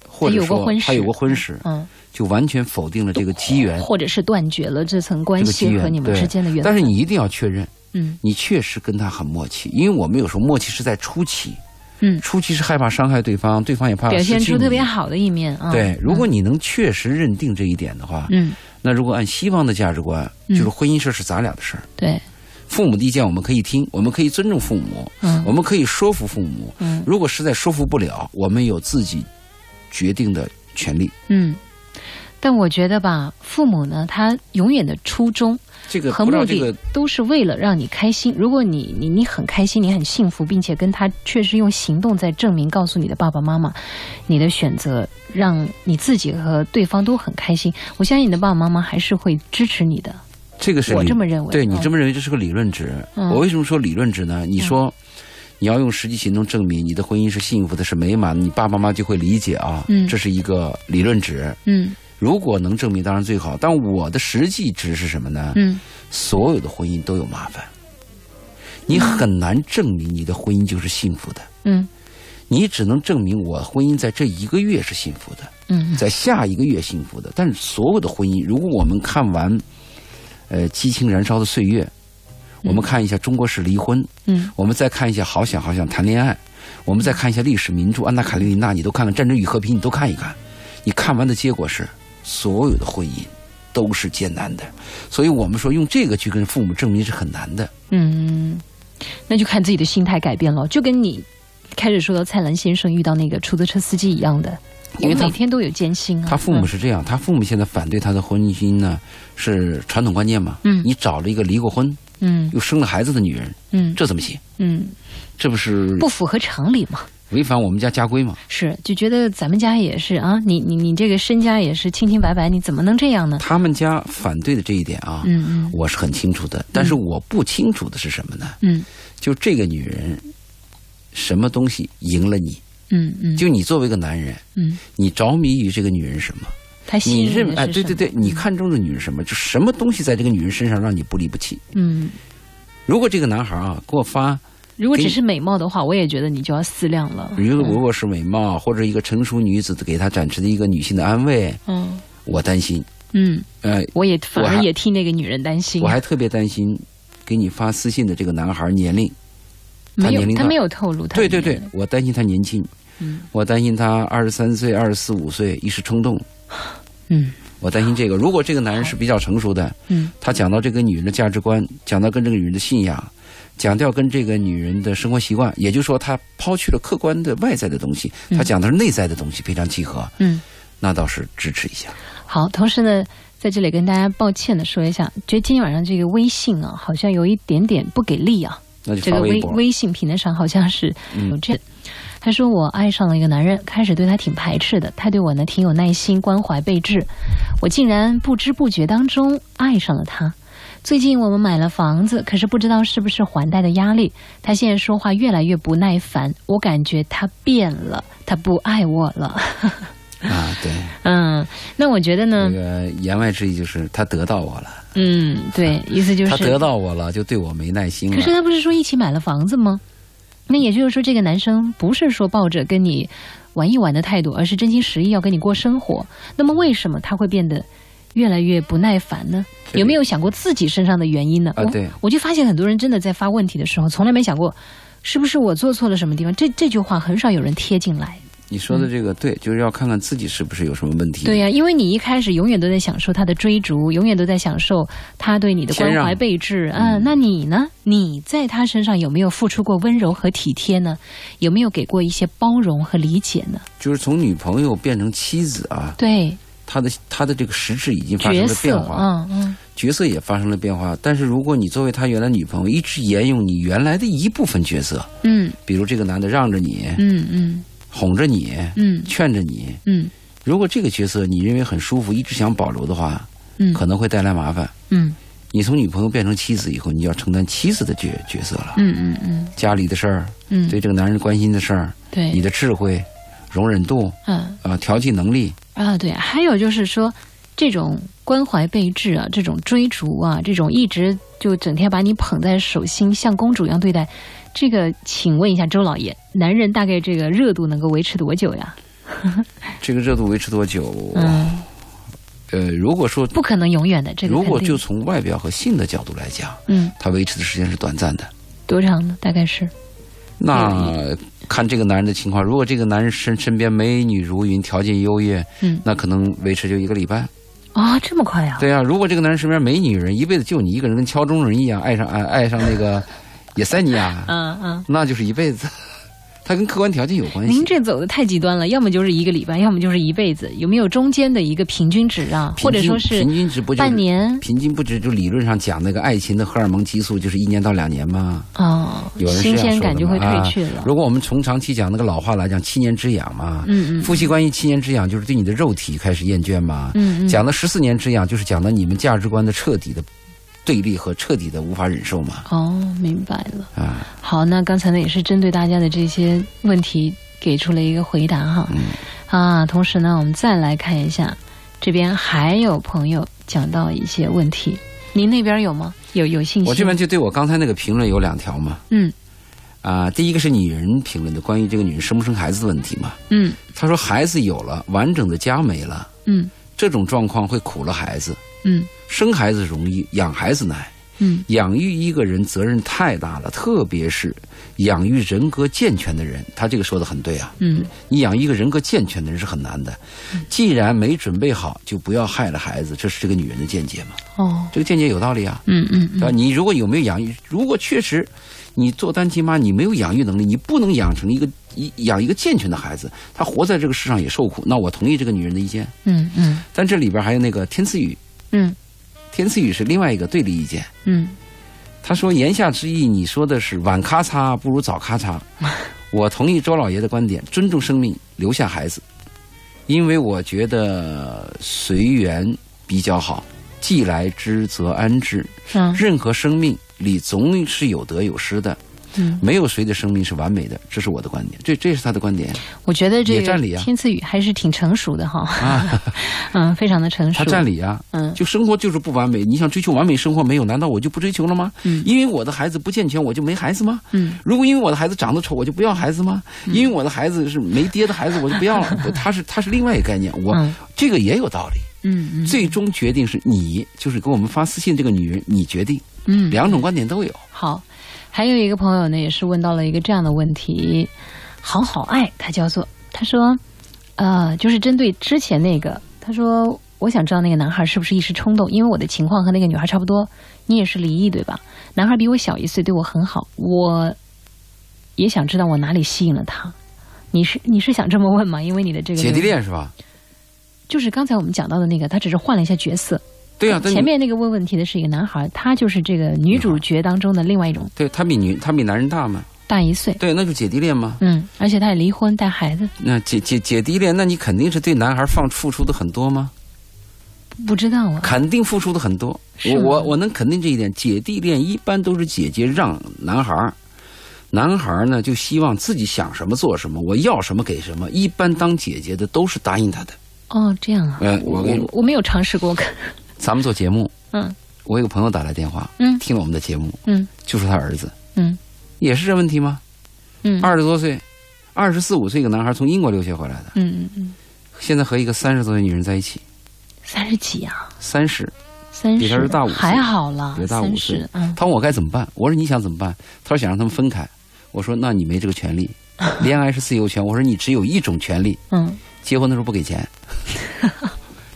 Speaker 1: 或者
Speaker 2: 有过
Speaker 1: 说
Speaker 2: 婚
Speaker 1: 他有
Speaker 2: 史
Speaker 1: 过婚史，
Speaker 2: 嗯，
Speaker 1: 就完全否定了这个机缘，
Speaker 2: 或者是断绝了这层
Speaker 1: 这
Speaker 2: 关
Speaker 1: 个机
Speaker 2: 系和
Speaker 1: 缘
Speaker 2: 你们
Speaker 1: 对
Speaker 2: 之间的缘
Speaker 1: 但
Speaker 2: 分。
Speaker 1: 是你一定要确认，
Speaker 2: 嗯
Speaker 1: 你确实跟他很默契，因为我们有时候默契是在初期，
Speaker 2: 嗯，
Speaker 1: 初期是害怕伤害对方，对方也怕
Speaker 2: 表现
Speaker 1: 失去
Speaker 2: 出特别
Speaker 1: 你。
Speaker 2: 好的一面啊。
Speaker 1: 对，如果你能确实认定这一点的话，
Speaker 2: 嗯，
Speaker 1: 那如果按西方的价值观，
Speaker 2: 嗯
Speaker 1: 就是婚姻事是咱俩的事儿，
Speaker 2: 对，
Speaker 1: 父母的意见我们可以听，我们可以尊重父母，
Speaker 2: 嗯
Speaker 1: 我们可以说服父母。
Speaker 2: 嗯
Speaker 1: 如果实在说服不了，我们有自己决定的权利。
Speaker 2: 嗯。但我觉得吧，父母呢，他永远的初衷
Speaker 1: 这个
Speaker 2: 和
Speaker 1: 不知道
Speaker 2: 目
Speaker 1: 这个
Speaker 2: 的都是为了让你开心。如果你你你很开心，你很幸福，并且跟他确实用行动在证明，告诉你的爸爸妈妈，你的选择让你自己和对方都很开心。我相信你的爸爸妈妈还是会支持你的。
Speaker 1: 这个是
Speaker 2: 我
Speaker 1: 理
Speaker 2: 这么认为
Speaker 1: 对你
Speaker 2: 嗯
Speaker 1: 这么认为，这是个理论值。
Speaker 2: 嗯
Speaker 1: 我为什么说理论值呢？你说、你要用实际行动证明你的婚姻是幸福的，是美满的，你爸爸妈妈就会理解啊。
Speaker 2: 嗯
Speaker 1: 这是一个理论值。
Speaker 2: 嗯
Speaker 1: 如果能证明，当然最好。但我的实际值是什么呢？
Speaker 2: 嗯
Speaker 1: 所有的婚姻都有麻烦，你很难证明你的婚姻就是幸福的。
Speaker 2: 嗯
Speaker 1: 你只能证明我婚姻在这一个月是幸福的，
Speaker 2: 嗯
Speaker 1: 在下一个月幸福的。但是所有的婚姻，如果我们看完，呃，《激情燃烧的岁月》，我们看一下中国式离婚，
Speaker 2: 嗯
Speaker 1: 我们再看一下《好想好想谈恋爱》，我们再看一下历史名著《安娜卡列尼娜》，你都看看《战争与和平》，你都看一看。你看完的结果是，所有的婚姻都是艰难的。所以我们说，用这个去跟父母证明是很难的。
Speaker 2: 嗯，那就看自己的心态改变了，就跟你。开始说到蔡澜先生遇到那个出租车司机一样的，
Speaker 1: 因为
Speaker 2: 我
Speaker 1: 他
Speaker 2: 每天都有艰辛啊。
Speaker 1: 他父母
Speaker 2: 嗯
Speaker 1: 是这样，他父母现在反对他的婚姻呢，是传统观念嘛？
Speaker 2: 嗯
Speaker 1: 你找了一个离过婚
Speaker 2: 嗯
Speaker 1: 又生了孩子的女人，
Speaker 2: 嗯
Speaker 1: 这怎么行？
Speaker 2: 嗯，
Speaker 1: 这不是
Speaker 2: 不符合常理嘛。
Speaker 1: 违反我们家家规吗？
Speaker 2: 是，就觉得咱们家也是啊，你你你这个身家也是清清白白，你怎么能这样呢？
Speaker 1: 他们家反对的这一点啊，
Speaker 2: 嗯嗯
Speaker 1: 我是很清楚的。但是我不清楚的是什么呢？
Speaker 2: 嗯
Speaker 1: 就这个女人，什么东西赢了你？
Speaker 2: 嗯嗯，
Speaker 1: 就你作为一个男人，
Speaker 2: 嗯，
Speaker 1: 你着迷于这个女人什么？
Speaker 2: 他吸
Speaker 1: 你
Speaker 2: 引
Speaker 1: 认
Speaker 2: 你的
Speaker 1: 哎，
Speaker 2: 是
Speaker 1: 对
Speaker 2: 什
Speaker 1: 对
Speaker 2: 么，
Speaker 1: 对，
Speaker 2: 嗯
Speaker 1: 你看中的女人什么？就什么东西在这个女人身上让你不离不弃？
Speaker 2: 嗯，
Speaker 1: 如果这个男孩啊给我发。
Speaker 2: 如果
Speaker 1: 给
Speaker 2: 只
Speaker 1: 你
Speaker 2: 是美貌的话，我也觉得你就要思量了。
Speaker 1: 如果我是美貌或者一个成熟女子给她展示的一个女性的安慰，
Speaker 2: 嗯
Speaker 1: 我担心。
Speaker 2: 嗯，
Speaker 1: 呃，
Speaker 2: 我也反
Speaker 1: 我
Speaker 2: 而
Speaker 1: 还
Speaker 2: 也替那个女人担心
Speaker 1: 我，还特别担心给你发私信的这个男孩年龄。他
Speaker 2: 没
Speaker 1: 年
Speaker 2: 有
Speaker 1: 龄
Speaker 2: 他
Speaker 1: 段
Speaker 2: 没有透露他
Speaker 1: 对
Speaker 2: 的
Speaker 1: 对
Speaker 2: 年龄，
Speaker 1: 对，我担心他年轻，
Speaker 2: 嗯
Speaker 1: 我担心他二十三岁、二十四五岁一时冲动，
Speaker 2: 嗯
Speaker 1: 我担心这个。如果这个男人是比较成熟的，
Speaker 2: 嗯
Speaker 1: 他讲到这个女人的价值观，讲到跟这个女人的信仰，讲到跟这个女人的生活习惯，也就是说，他抛去了客观的外在的东西，他讲的是内在的东西，非常契合，
Speaker 2: 嗯。
Speaker 1: 那倒是支持一下。
Speaker 2: 好，同时呢，在这里跟大家抱歉的说一下，觉得今天晚上这个微信啊，好像有一点点不给力啊。
Speaker 1: 那
Speaker 2: 这
Speaker 1: 就发
Speaker 2: 个微
Speaker 1: 微博。嗯
Speaker 2: 微信平台上好像是有这，他说我爱上了一个男人，开始对他挺排斥的，他对我呢挺有耐心，关怀备至，我竟然不知不觉当中爱上了他。最近我们买了房子，可是不知道是不是还贷的压力，他现在说话越来越不耐烦，我感觉他变了，他不爱我了。
Speaker 1: 啊，对，
Speaker 2: 嗯，那我觉得
Speaker 1: 那
Speaker 2: 呢，
Speaker 1: 个言外之意就是他得到我了，
Speaker 2: 嗯，对，意思就是
Speaker 1: 他得到我了，就对我没耐心
Speaker 2: 可是
Speaker 1: 了。
Speaker 2: 他不是说一起买了房子吗？那也就是说，这个男生不是说抱着跟你玩一玩的态度，而是真心实意要跟你过生活。那么，为什么他会变得越来越不耐烦呢？
Speaker 1: 这个
Speaker 2: 有没有想过自己身上的原因呢？
Speaker 1: 啊
Speaker 2: 我
Speaker 1: 对
Speaker 2: 我就发现很多人真的在发问题的时候，从来没想过是不是我做错了什么地方。这这句话很少有人贴进来。
Speaker 1: 你说的这个对，就是要看看自己是不是有什么问题。
Speaker 2: 对呀、因为你一开始永远都在享受他的追逐，永远都在享受他对你的关
Speaker 1: 谦让
Speaker 2: 怀备至。嗯，那你呢？你在他身上有没有付出过温柔和体贴呢？有没有给过一些包容和理解呢？
Speaker 1: 就是从女朋友变成妻子啊，
Speaker 2: 对，
Speaker 1: 她的她的这个实质已经发生
Speaker 2: 角
Speaker 1: 了
Speaker 2: 色
Speaker 1: 变，化，
Speaker 2: 嗯嗯
Speaker 1: 角色也发生了变化。但是如果你作为她原来女朋友，一直沿用你原来的一部分角色，
Speaker 2: 嗯
Speaker 1: 比如这个男的让着你、
Speaker 2: 嗯嗯
Speaker 1: 哄着你、
Speaker 2: 嗯
Speaker 1: 劝着你，
Speaker 2: 嗯
Speaker 1: 如果这个角色你认为很舒服，一直想保留的话，
Speaker 2: 嗯，
Speaker 1: 可能会带来麻烦。
Speaker 2: 嗯
Speaker 1: 你从女朋友变成妻子以后，你要承担妻子的角角色了，
Speaker 2: 嗯嗯嗯
Speaker 1: 家里的事儿，
Speaker 2: 嗯，
Speaker 1: 对这个男人关心的事儿，
Speaker 2: 对，
Speaker 1: 你的智慧、容忍度
Speaker 2: 嗯
Speaker 1: 啊、调剂能力，
Speaker 2: 啊对，还有就是说这种关怀备至啊，这种追逐啊，这种一直就整天把你捧在手心，像公主一样对待，这个请问一下周老爷，男人大概这个热度能够维持多久呀？
Speaker 1: 这个热度维持多久？
Speaker 2: 嗯，
Speaker 1: 呃，如果说
Speaker 2: 不可能永远的。这个
Speaker 1: 如果
Speaker 2: 肯定
Speaker 1: 就从外表和性的角度来讲，
Speaker 2: 嗯
Speaker 1: 它维持的时间是短暂的。
Speaker 2: 多长呢？大概是
Speaker 1: 那看这个男人的情况，如果这个男人身身边美女如云，条件优越，
Speaker 2: 嗯
Speaker 1: 那可能维持就一个礼拜。
Speaker 2: 啊、这么快啊？
Speaker 1: 对啊，如果这个男人身边没女人，一辈子就你一个人，跟敲钟人一样，爱上爱爱上那 个也塞尼亚，
Speaker 2: 嗯嗯，
Speaker 1: 那就是一辈子。它跟客观条件有关系
Speaker 2: 您。这走的太极端了，要么就是一个礼拜，要么就是一辈子，有没有中间的一个平均值啊？
Speaker 1: 平均
Speaker 2: 或者说是
Speaker 1: 平均值不就是
Speaker 2: 半年
Speaker 1: 平均不值就理论上讲，那个爱情的荷尔蒙激素就是一年到两年嘛，
Speaker 2: 哦，
Speaker 1: 有人是这
Speaker 2: 新
Speaker 1: 样
Speaker 2: 鲜
Speaker 1: 说的
Speaker 2: 感就会
Speaker 1: 嘛啊
Speaker 2: 褪去了。
Speaker 1: 如果我们从长期讲那个老话来讲，七年之痒嘛，
Speaker 2: 嗯嗯
Speaker 1: 夫妻关系七年之痒就是对你的肉体开始厌倦嘛，
Speaker 2: 嗯嗯，
Speaker 1: 讲了十四年之痒就是讲到你们价值观的彻底的对立和彻底的无法忍受嘛，
Speaker 2: 哦，明白了。
Speaker 1: 啊，
Speaker 2: 好，那刚才呢也是针对大家的这些问题给出了一个回答哈。
Speaker 1: 嗯
Speaker 2: 啊，同时呢，我们再来看一下这边还有朋友讲到一些问题，您那边有吗？有有信息？
Speaker 1: 我这边就对我刚才那个评论有两条嘛，
Speaker 2: 嗯
Speaker 1: 啊，第一个是女人评论的关于这个女人生不生孩子的问题嘛，
Speaker 2: 嗯
Speaker 1: 她说孩子有了，完整的家没了，
Speaker 2: 嗯
Speaker 1: 这种状况会苦了孩子，
Speaker 2: 嗯
Speaker 1: 生孩子容易，养孩子难。
Speaker 2: 嗯
Speaker 1: 养育一个人责任太大了，特别是养育人格健全的人，他这个说的很对啊。
Speaker 2: 嗯
Speaker 1: 你养一个人格健全的人是很难的，既然没准备好，就不要害了孩子，这是这个女人的见解嘛？
Speaker 2: 哦
Speaker 1: 这个见解有道理啊，
Speaker 2: 嗯嗯
Speaker 1: 对吧？你如果有没有养育，如果确实你做单亲妈，你没有养育能力，你不能养成一个一养一个健全的孩子，他活在这个世上也受苦。那我同意这个女人的意见，
Speaker 2: 嗯嗯
Speaker 1: 但这里边还有那个天赐予，
Speaker 2: 嗯
Speaker 1: 天赐予是另外一个对立意见。
Speaker 2: 嗯
Speaker 1: 他说：“言下之意，你说的是晚咔嚓不如早咔 嚓。”我同意周老爷的观点，尊重生命，留下孩子，因为我觉得随缘比较好，既来之则安之。
Speaker 2: 嗯
Speaker 1: 任何生命里总是有得有失的，
Speaker 2: 嗯，
Speaker 1: 没有谁的生命是完美的，这是我的观点，这这是他的观点。
Speaker 2: 我觉得这
Speaker 1: 也
Speaker 2: 个
Speaker 1: 占理啊
Speaker 2: 天赐宇还是挺成熟的哈， 嗯，非常的成熟。
Speaker 1: 他占理啊，
Speaker 2: 嗯
Speaker 1: 就生活就是不完美，你想追求完美生活没有？难道我就不追求了吗？
Speaker 2: 嗯
Speaker 1: 因为我的孩子不健全，我就没孩子吗？
Speaker 2: 嗯
Speaker 1: 如果因为我的孩子长得丑，我就不要孩子吗？因为我的孩子是没爹的孩子，我就不要了。我 他是他是另外一个概念，我、
Speaker 2: 嗯
Speaker 1: 这个也有道理。
Speaker 2: 嗯嗯
Speaker 1: 最终决定是你，就是给我们发私信这个女人，你决定。
Speaker 2: 嗯。
Speaker 1: 两种观点都有。
Speaker 2: 好，还有一个朋友呢，也是问到了一个这样的问题：好好爱，他叫做他说，呃，就是针对之前那个，他说我想知道那个男孩是不是一时冲动，因为我的情况和那个女孩差不多，你也是离异对吧？男孩比我小一岁，对我很好，我也想知道我哪里吸引了他。你是你是想这么问吗？因为你的这个
Speaker 1: 姐弟恋是吧？
Speaker 2: 就是刚才我们讲到的那个，他只是换了一下角色。
Speaker 1: 对啊，但
Speaker 2: 前面那个问问题的是一个男孩，他就是这个女主角当中的另外一种，
Speaker 1: 对他比女他比男人大嘛？
Speaker 2: 大一岁。
Speaker 1: 对，那就姐弟恋嘛。
Speaker 2: 嗯，而且他也离婚带孩子，
Speaker 1: 那姐姐姐弟恋，那你肯定是对男孩放付出的很多吗？
Speaker 2: 不知道啊。
Speaker 1: 肯定付出的很多。
Speaker 2: 是
Speaker 1: 我
Speaker 2: 吗
Speaker 1: 我我能肯定这一点，姐弟恋一般都是姐姐让男孩儿，男孩儿呢就希望自己想什么做什么，我要什么给什么。一般当姐姐的都是答应他的。
Speaker 2: 哦，这样啊。
Speaker 1: 哎我跟你
Speaker 2: 我我没有尝试过，
Speaker 1: 咱们做节目，
Speaker 2: 嗯
Speaker 1: 我有个朋友打来电话，
Speaker 2: 嗯
Speaker 1: 听了我们的节目，
Speaker 2: 嗯
Speaker 1: 就说他儿子
Speaker 2: 嗯
Speaker 1: 也是这问题吗？
Speaker 2: 嗯
Speaker 1: 二十多岁，二十四五岁一个男孩从英国留学回来的，
Speaker 2: 嗯嗯，
Speaker 1: 现在和一个三十多岁女人在一起，
Speaker 2: 三十几啊，
Speaker 1: 三十，
Speaker 2: 三
Speaker 1: 比他
Speaker 2: 十
Speaker 1: 是大五岁
Speaker 2: 还好了
Speaker 1: 比，他大
Speaker 2: 三
Speaker 1: 五
Speaker 2: 十
Speaker 1: 岁
Speaker 2: 嗯，
Speaker 1: 他问我该怎么办，我说你想怎么办？他说想让他们分开。我说那你没这个权利，恋爱是自由权。我说你只有一种权利，
Speaker 2: 嗯
Speaker 1: 结婚的时候不给钱。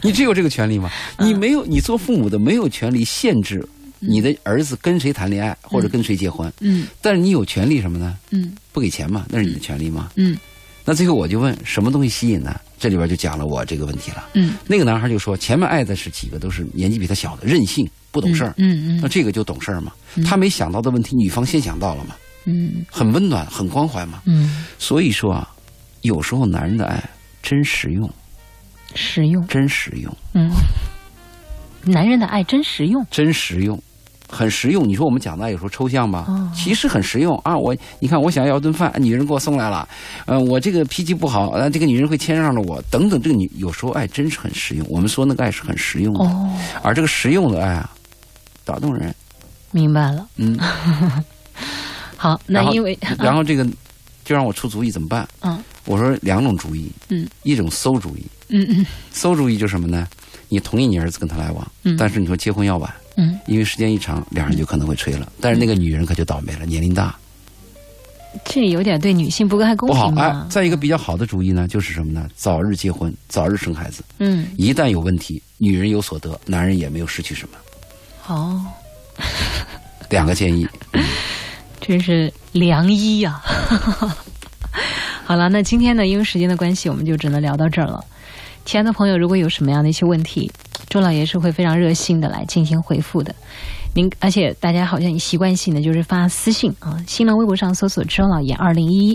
Speaker 1: 你只有这个权利吗？
Speaker 2: 嗯
Speaker 1: 你没有，你做父母的没有权利限制你的儿子跟谁谈恋爱或者跟谁结婚，
Speaker 2: 嗯
Speaker 1: 但是你有权利什么呢？
Speaker 2: 嗯
Speaker 1: 不给钱嘛，那是你的权利嘛。
Speaker 2: 嗯
Speaker 1: 那最后我就问，什么东西吸引呢？这里边就讲了我这个问题了。
Speaker 2: 嗯，
Speaker 1: 那个男孩就说，前面爱的是几个都是年纪比他小的，任性，不懂事儿。
Speaker 2: 嗯
Speaker 1: 那
Speaker 2: 嗯
Speaker 1: 这个就懂事儿嘛，他没想到的问题，女方先想到了嘛，
Speaker 2: 嗯
Speaker 1: 很温暖，很关怀嘛。
Speaker 2: 嗯，
Speaker 1: 所以说啊，有时候男人的爱真实用，
Speaker 2: 实用，
Speaker 1: 真实用，
Speaker 2: 嗯，男人的爱真实用，
Speaker 1: 真实用，很实用。你说我们讲的爱有时候抽象吧，
Speaker 2: 哦
Speaker 1: 其实很实用啊。我你看，我想要顿饭，啊女人给我送来了，嗯、我这个脾气不好，呃，这个女人会谦让着我，等等。这个女有时候爱真是很实用。我们说那个爱是很实用的，
Speaker 2: 哦，
Speaker 1: 而这个实用的爱啊，打动人。
Speaker 2: 明白了。
Speaker 1: 嗯，
Speaker 2: 好，
Speaker 1: 然
Speaker 2: 那
Speaker 1: 后
Speaker 2: 因为
Speaker 1: 然后这个就让我出主意怎么办？
Speaker 2: 啊嗯
Speaker 1: 我说两种主义，
Speaker 2: 嗯，
Speaker 1: 一种馊主义，
Speaker 2: 嗯嗯
Speaker 1: 馊主义就是什么呢？你同意你儿子跟他来往，
Speaker 2: 嗯
Speaker 1: 但是你说结婚要晚，
Speaker 2: 嗯，
Speaker 1: 因为时间一长，俩人就可能会吹了。但是那个女人可就倒霉了，年龄大
Speaker 2: 这有点对女性不太公
Speaker 1: 不好
Speaker 2: 平。
Speaker 1: 哎
Speaker 2: 吧，？
Speaker 1: 再一个比较好的主意呢，就是什么呢？早日结婚，早日生孩子。
Speaker 2: 嗯，
Speaker 1: 一旦有问题，女人有所得，男人也没有失去什么。
Speaker 2: 哦，
Speaker 1: 两个建议，
Speaker 2: 真是良医呀、 好了，那今天呢，因为时间的关系，我们就只能聊到这儿了。亲爱的朋友，如果有什么样的一些问题，周老爷是会非常热心的来进行回复的。您，而且大家好像习惯性的就是发私信啊，新浪微博上搜索“周老爷二零一一”，